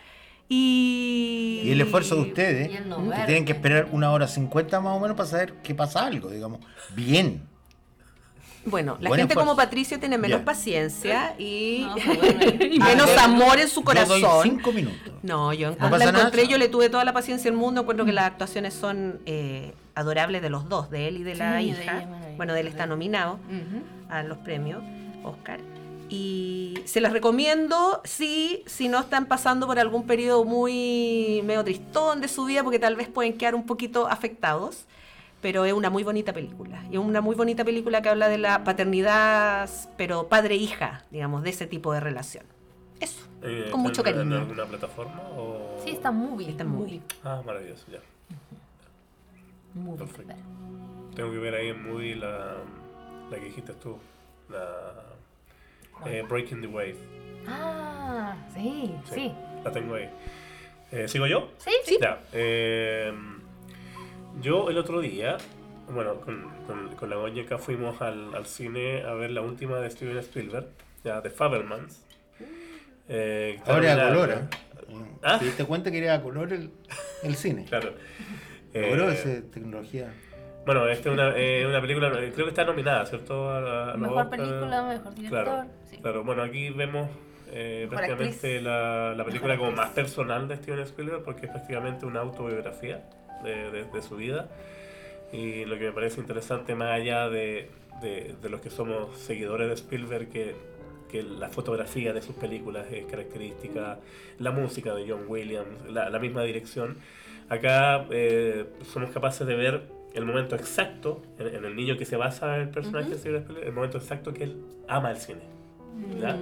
Y... Y el esfuerzo de ustedes, y el no que verte. tienen que esperar una hora cincuenta más o menos para saber que pasa algo, digamos. Bien. Bueno, la Buen gente esfuerzo. como Patricio tiene menos Ya. paciencia y, No, pues bueno. y menos Ah, yo- amor en su corazón. Yo doy cinco minutos. No, yo No la pasa nada. encontré, yo le tuve toda la paciencia del mundo, encuentro que las actuaciones son eh, adorables de los dos, de él y de la Sí, de ella hija. es maravillosa. bueno, de él está nominado Ujú. a los premios Oscar. Y se las recomiendo si, si no están pasando por algún periodo muy medio tristón de su vida, porque tal vez pueden quedar un poquito afectados. Pero es una muy bonita película. Y es una muy bonita película que habla de la paternidad, pero padre-hija, digamos, de ese tipo de relación. Eso, Eh, con mucho ¿está en- ¿En cariño. alguna plataforma? O... Sí, está muy Está muy Ah, maravilloso, ya. Muy Perfecto. Tengo que ver ahí en Moody la, la que dijiste tú. La eh, Breaking the Wave. Ah, sí, sí. La tengo ahí. Eh, ¿Sigo yo? Sí, Ya, eh, yo el otro día, bueno, con, con- con la Goñeca fuimos al, al cine a ver la última de Steven Spielberg, ya, de Fabelmans. Uh. Eh, Ahora es a claro, color, ¿eh? Ah. ¿Te diste cuenta que era a color el, el cine? Claro. Logró Eh, esa tecnología. Bueno, esta es una, eh, una película, eh, creo que está nominada, ¿cierto? A la- a los Mejor Oscar. película, mejor director. Claro, sí. claro. Bueno, aquí vemos eh, prácticamente la, la película como más personal de Steven Spielberg porque es prácticamente una autobiografía de, de- de su vida. Y lo que me parece interesante, más allá de, de- de los que somos seguidores de Spielberg, que, que la fotografía de sus películas es característica, la música de John Williams, la, la misma dirección. Acá eh, somos capaces de ver el momento exacto en, en el niño que se basa el personaje de Steven Spielberg, el momento exacto que él ama el cine. Mm. ¿ya?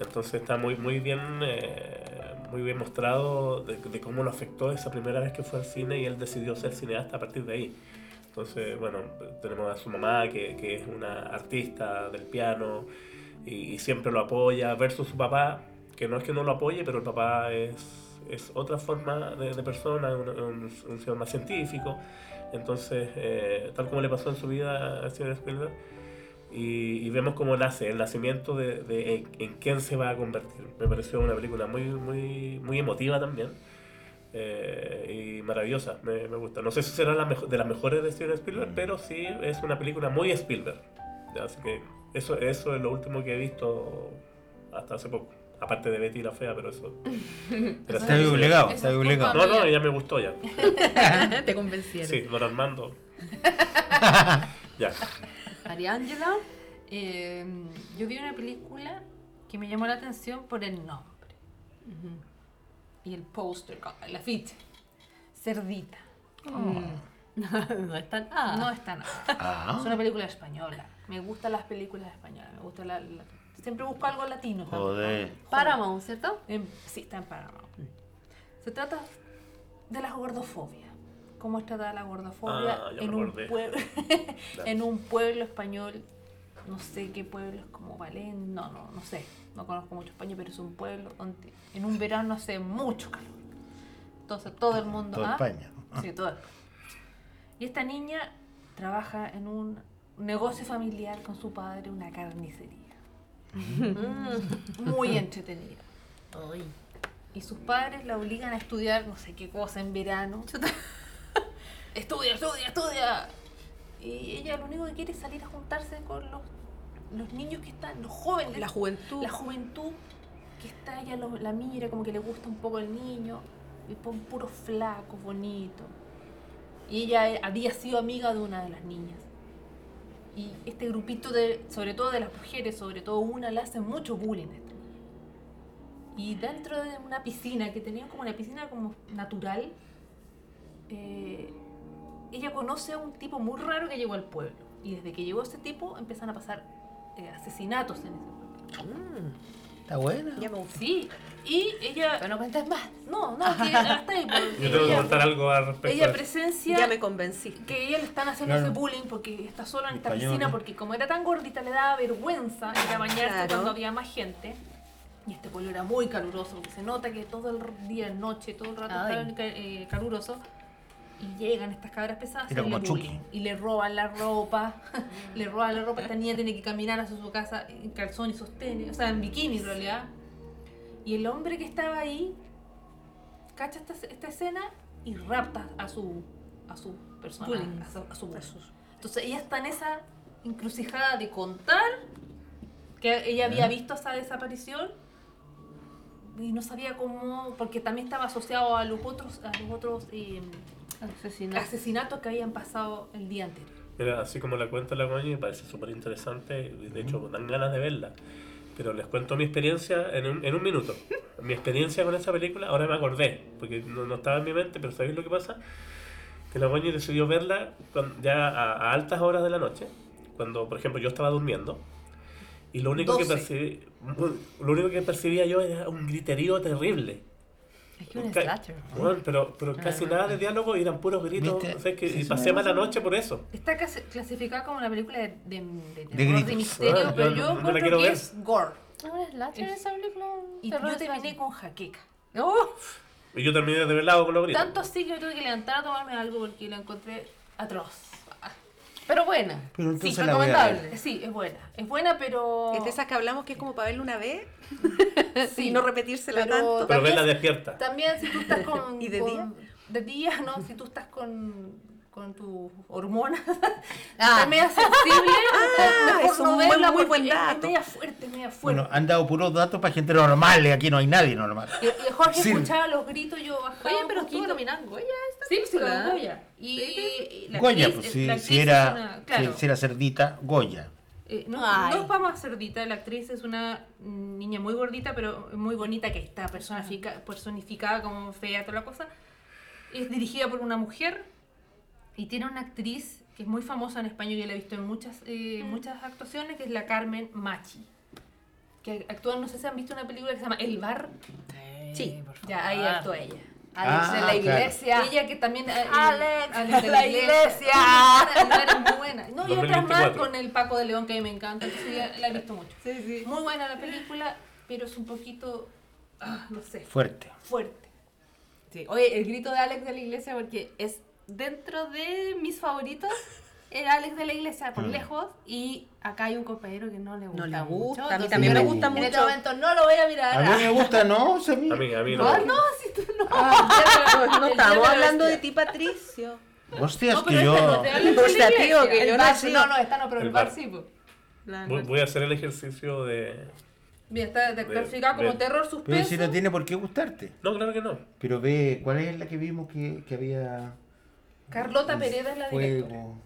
Entonces está muy, muy bien eh, muy bien mostrado de, de cómo lo afectó esa primera vez que fue al cine y él decidió ser cineasta a partir de ahí. Entonces, bueno, tenemos a su mamá que, que es una artista del piano y, y siempre lo apoya, versus su papá, que no es que no lo apoye, pero el papá es, es otra forma de, de persona, un, un- un señor más científico. Entonces, eh, tal como le pasó en su vida a Steven Spielberg, y, y vemos cómo nace, el nacimiento de, de en, en quién se va a convertir. Me pareció una película muy, muy, muy emotiva también eh, y maravillosa, me, me gusta. No sé si será la mejo- de las mejores de Steven Spielberg, pero sí es una película muy Spielberg. Así que eso, eso es lo último que he visto hasta hace poco. Aparte de Betty la Fea, pero eso... Gracias. Está obligado, Eso está es obligado. No, no, ya me gustó ya. Te convencieron. Sí, don Armando. ya. Mariangela, eh, yo vi una película que me llamó la atención por el nombre Ujú. Y el póster, con el afiche. Cerdita. no es tan. Ah, No está nada. Ah. Es una película española. Me gustan las películas españolas. Me gusta la, la- Siempre busco algo latino. Joder. Paramount, ¿cierto? En- Em, sí, está en Paramount. Se trata de la gordofobia. ¿Cómo es tratada la gordofobia Ah, ya me en, un acordé. pueblo, en un pueblo español? No sé qué pueblo es como Valen, no, no, no sé. No conozco mucho España, pero es un pueblo donde en un verano hace mucho calor. Entonces todo el mundo. Toda ah, España. Sí, todo España. Y esta niña trabaja en un negocio familiar con su padre, una carnicería. Mm, muy entretenida. Ay. Y sus padres la obligan a estudiar no sé qué cosa en verano. estudia, estudia, estudia. Y ella lo único que quiere es salir a juntarse con los, los niños que están, los jóvenes. La juventud. La juventud que está, ella lo- la mira, como que le gusta un poco el niño. Y pon puros flacos, bonitos. Y ella eh, había sido amiga de una de las niñas. Y este grupito, de, sobre todo de las mujeres, sobre todo una, le hacen mucho bullying. a esta niña. Y dentro de una piscina, que tenía como una piscina como natural, eh, ella conoce a un tipo muy raro que llegó al pueblo. Y desde que llegó este tipo empiezan a pasar eh, asesinatos en ese pueblo. Está buena. Ya me gusta. Sí, y ella... Pero no cuentes más. No, no, que hasta ahí. pues, Yo tengo que ella- contar algo al respecto. Ella de eso. presencia Ya me convencí. que ella le están haciendo Claro. ese bullying porque está sola en esta Español, piscina ¿no? porque como era tan gordita le daba vergüenza ir a bañarse Claro. cuando había más gente. Y este pueblo era muy caluroso, porque se nota que todo el día, noche, todo el rato Ay. estaba ca- eh, caluroso. Y llegan estas cabras pesadas Era y le, como Chucky. bullying. y le roban la ropa. le roban la ropa. Esta niña tiene que caminar hacia su casa en calzón y sostenes, o sea, en bikini en realidad. Y el hombre que estaba ahí cacha esta, esta escena y rapta a su a su persona, Bullying. a su, a su- Entonces ella está en esa encrucijada de contar que ella había visto esa desaparición y no sabía cómo, porque también estaba asociado a los otros a los otros eh, Asesinato. asesinatos que habían pasado el día anterior. Mira, así como la cuenta la Connie, me parece súper interesante. y De hecho, dan ganas de verla. Pero les cuento mi experiencia en un, en un minuto. Mi experiencia con esa película, ahora me acordé, porque no, no estaba en mi mente, pero ¿sabéis lo que pasa? Que la Connie decidió verla cuan- ya a, a altas horas de la noche, cuando, por ejemplo, yo estaba durmiendo. Y lo único, que 12. percibí, lo único que percibía yo era un griterío terrible. Es que un Ca- slasher. Bueno, pero, pero casi nada de diálogo y eran puros gritos. ¿Viste? o sea, es que- Sí, y sí, pasé me mala pasa. noche por eso. Está casi- clasificada como una película de, de, de, terror, gritos. de misterio, Ah, pero yo yo, no- no la encuentro quiero que ver. es gore. Un slasher esa película. un Y terror yo terminé slasher. con jaqueca. Y yo terminé de velado con los gritos. Tanto así que me tuve que levantar a tomarme algo porque la encontré atroz. Pero buena. Pero entonces sí, la voy a ver. recomendable. Sí, es buena. Es buena, pero. Es de esas que hablamos que es como para verla una vez Sí, y no repetírsela pero- tanto. Pero también- verla despierta. También si tú estás con. ¿Y de con- día? De día, ¿no? Si tú estás con. Con tus hormonas, Ah. estás media sensible. Ah, mejor es un no buen- verla muy porque buen es- Es dato. media fuerte, es media fuerte. Bueno, han dado puros datos para gente normal. y Aquí no hay nadie normal. y, y Jorge Sí. escuchaba los gritos, yo bajaba. Oye, un pero poquito. estuvo nominada en Goya esta Sí, pues sí, película. con Goya. Y, y la Goya, actriz- eh, pues la sí, actriz si es era, una- si- claro. si era cerdita, Goya. Eh, no, Ay. no vamos a ser Dita, la actriz es una niña muy gordita, pero muy bonita, que está personifica- personificada como fea, toda la cosa. Es dirigida por una mujer y tiene una actriz que es muy famosa en español, yo la he visto en muchas, eh, muchas actuaciones, que es la Carmen Machi. Que actúa, no sé si han visto una película que se llama El Bar, Sí. por favor. ya ahí actúa ella. Alex Ah, en la claro. iglesia. Ella que también. eh, Alex, de la iglesia. No, no, era muy buena. No, y otras más 2024. con el Paco de León que a mí me encanta, entonces ya la he visto mucho. Muy buena la película, pero es un poquito. ah, no sé, Fuerte. fuerte. Sí, Oye, el grito de Alex de la iglesia, porque es dentro de mis favoritos. El Alex de la iglesia, por Mm. lejos. Y acá hay un compañero que no le gusta. No le mucho, gusta, a mí entonces también yo me no- gusta En este mucho. momento no lo voy a Ah, mirar. A mí me gusta, ¿no? Se- A mí, a mí no. Ah, no, si tú no. No, no El estamos diablo hablando de bestia. ti, Patricio. Hostias, No, pero que esta yo. no te habla. O sea, tío, que El yo bar, nací- No, no, esta no, pero El el bar bar. sí. po. La- Voy, voy a hacer el ejercicio de. Mira, está de- Ve- clasificada como ve- terror Pero suspenso. si no tiene por qué gustarte. No, claro que no. Pero ve, ¿cuál es la que vimos que, que había. Carlota Pereda es la directora. fuego?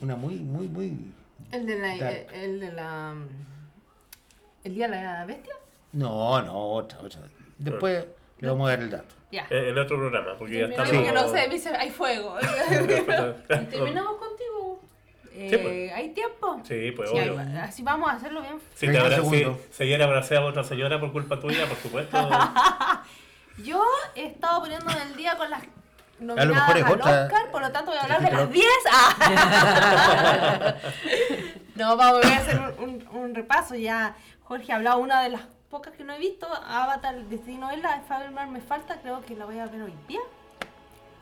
Una muy, muy, muy. El de la. eh, Dark. El de la. mm, El día de la bestia. No, no, otra, otra. Después le vamos a dar el dato. Ya. En, en otro programa, porque ya estamos. Terminamos, porque no sé, me dice, hay fuego. Y terminamos contigo. Eh, ¿Hay tiempo? Sí, pues Sí, obvio. hay- así vamos a hacerlo bien. Si te 30 abra- si, segundos. si ayer abracé a otra señora por culpa tuya, por supuesto. Yo he estado poniendo en el día con las nominadas mejor es al otra. Oscar, por lo tanto voy a hablar de Pero- las 10. Ah. no, vamos, voy a hacer un, un- un repaso ya. Jorge ha hablado una de las pocas que no he visto, Avatar, Destino de la de Faberman me falta, creo que la voy a ver hoy día.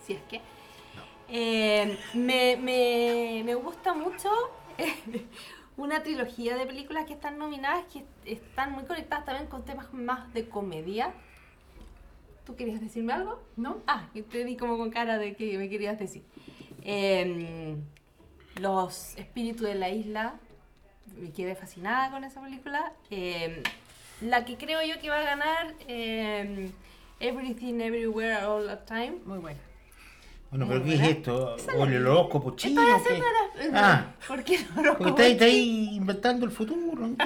Si es que. Eh, me, me- me gusta mucho una trilogía de películas que están nominadas, que están muy conectadas también con temas más de comedia. ¿Tú querías decirme algo? ¿No? Ah, que te vi como con cara de que me querías decir. Em, los espíritus de la isla. Me quedé fascinada con esa película. Em, la que creo yo que va a ganar em, Everything Everywhere All the Time. Muy buena. Bueno, pero Muy ¿qué es buena. esto? ¿O el horóscopo chino? Para ¿qué? hacer una de las- Ah, ¿Por qué no lo porque está comenté? ahí, está ahí inventando el futuro. ¿no?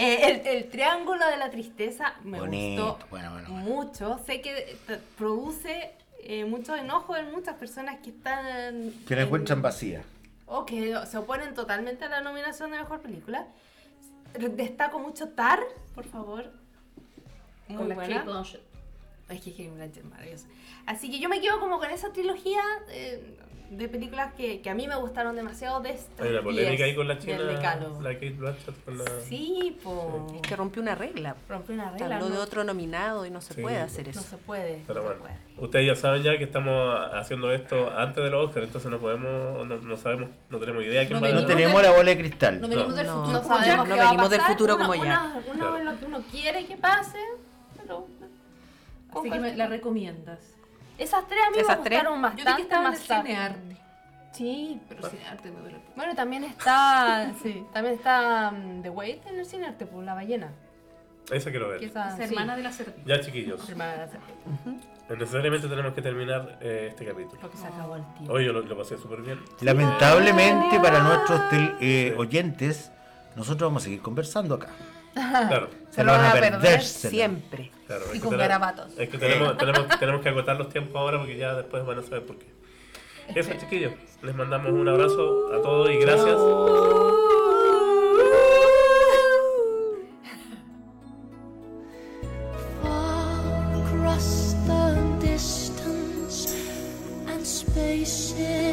Eh, el, el triángulo de la tristeza me Bonito, gustó bueno, bueno, bueno. mucho. Sé que eh, produce eh, mucho enojo en muchas personas que están. Que la en- encuentran vacía. O que se oponen totalmente a la nominación de mejor película. Destaco mucho Tar, por favor. Muy Con la buena. Kate Blanchett. Es que Kate Blanchett es maravillosa. Así que yo me quedo como con esa trilogía eh, de películas que, que a mí me gustaron demasiado de estas Hay una polémica ahí con la 10 china. del Decálogo. La Kate Blanchett con la. Sí, po. Es que rompió una regla. rompió una regla. Habló de no- otro nominado y no se Sí. puede hacer No eso. se puede. Pero no se bueno, puede. ustedes ya saben ya que estamos haciendo esto antes de los Oscars, entonces no podemos, no, no sabemos, no tenemos idea de quién No va a No Bueno, ganar. tenemos la bola de cristal. No venimos del No, futuro no como sabemos. Jack. no qué va a venimos del pasar, futuro uno- como ya. una- Uno, Claro. es lo que uno quiere que pase, pero... Así que me la recomiendas. Esas tres a mí Esas me tres. gustaron Yo bastante. vi que estaba en el más tarde. cinearte. Sí, pero Pero cinearte me duele. Bueno, también está, sí, también está mm, The Whale en el cine arte, por la ballena. Esa quiero ver. Que esa, Es hermana Ah, sí, de la serpiente. Ya chiquillos, hermana de la serpiente, necesariamente tenemos que terminar eh, este capítulo. porque se acabó el tiempo. Hoy yo lo, lo pasé súper bien. Ah. Lamentablemente para nuestros tel- eh, oyentes, nosotros vamos a seguir conversando acá. Claro, Se lo van a perder se lo- siempre. claro. Y es que con tenemos- garabatos. Es que tenemos, tenemos, tenemos que agotar los tiempos ahora porque ya después van a saber por qué. Eso chiquillos, les mandamos un abrazo a todos y gracias. Far across the distance and spaces.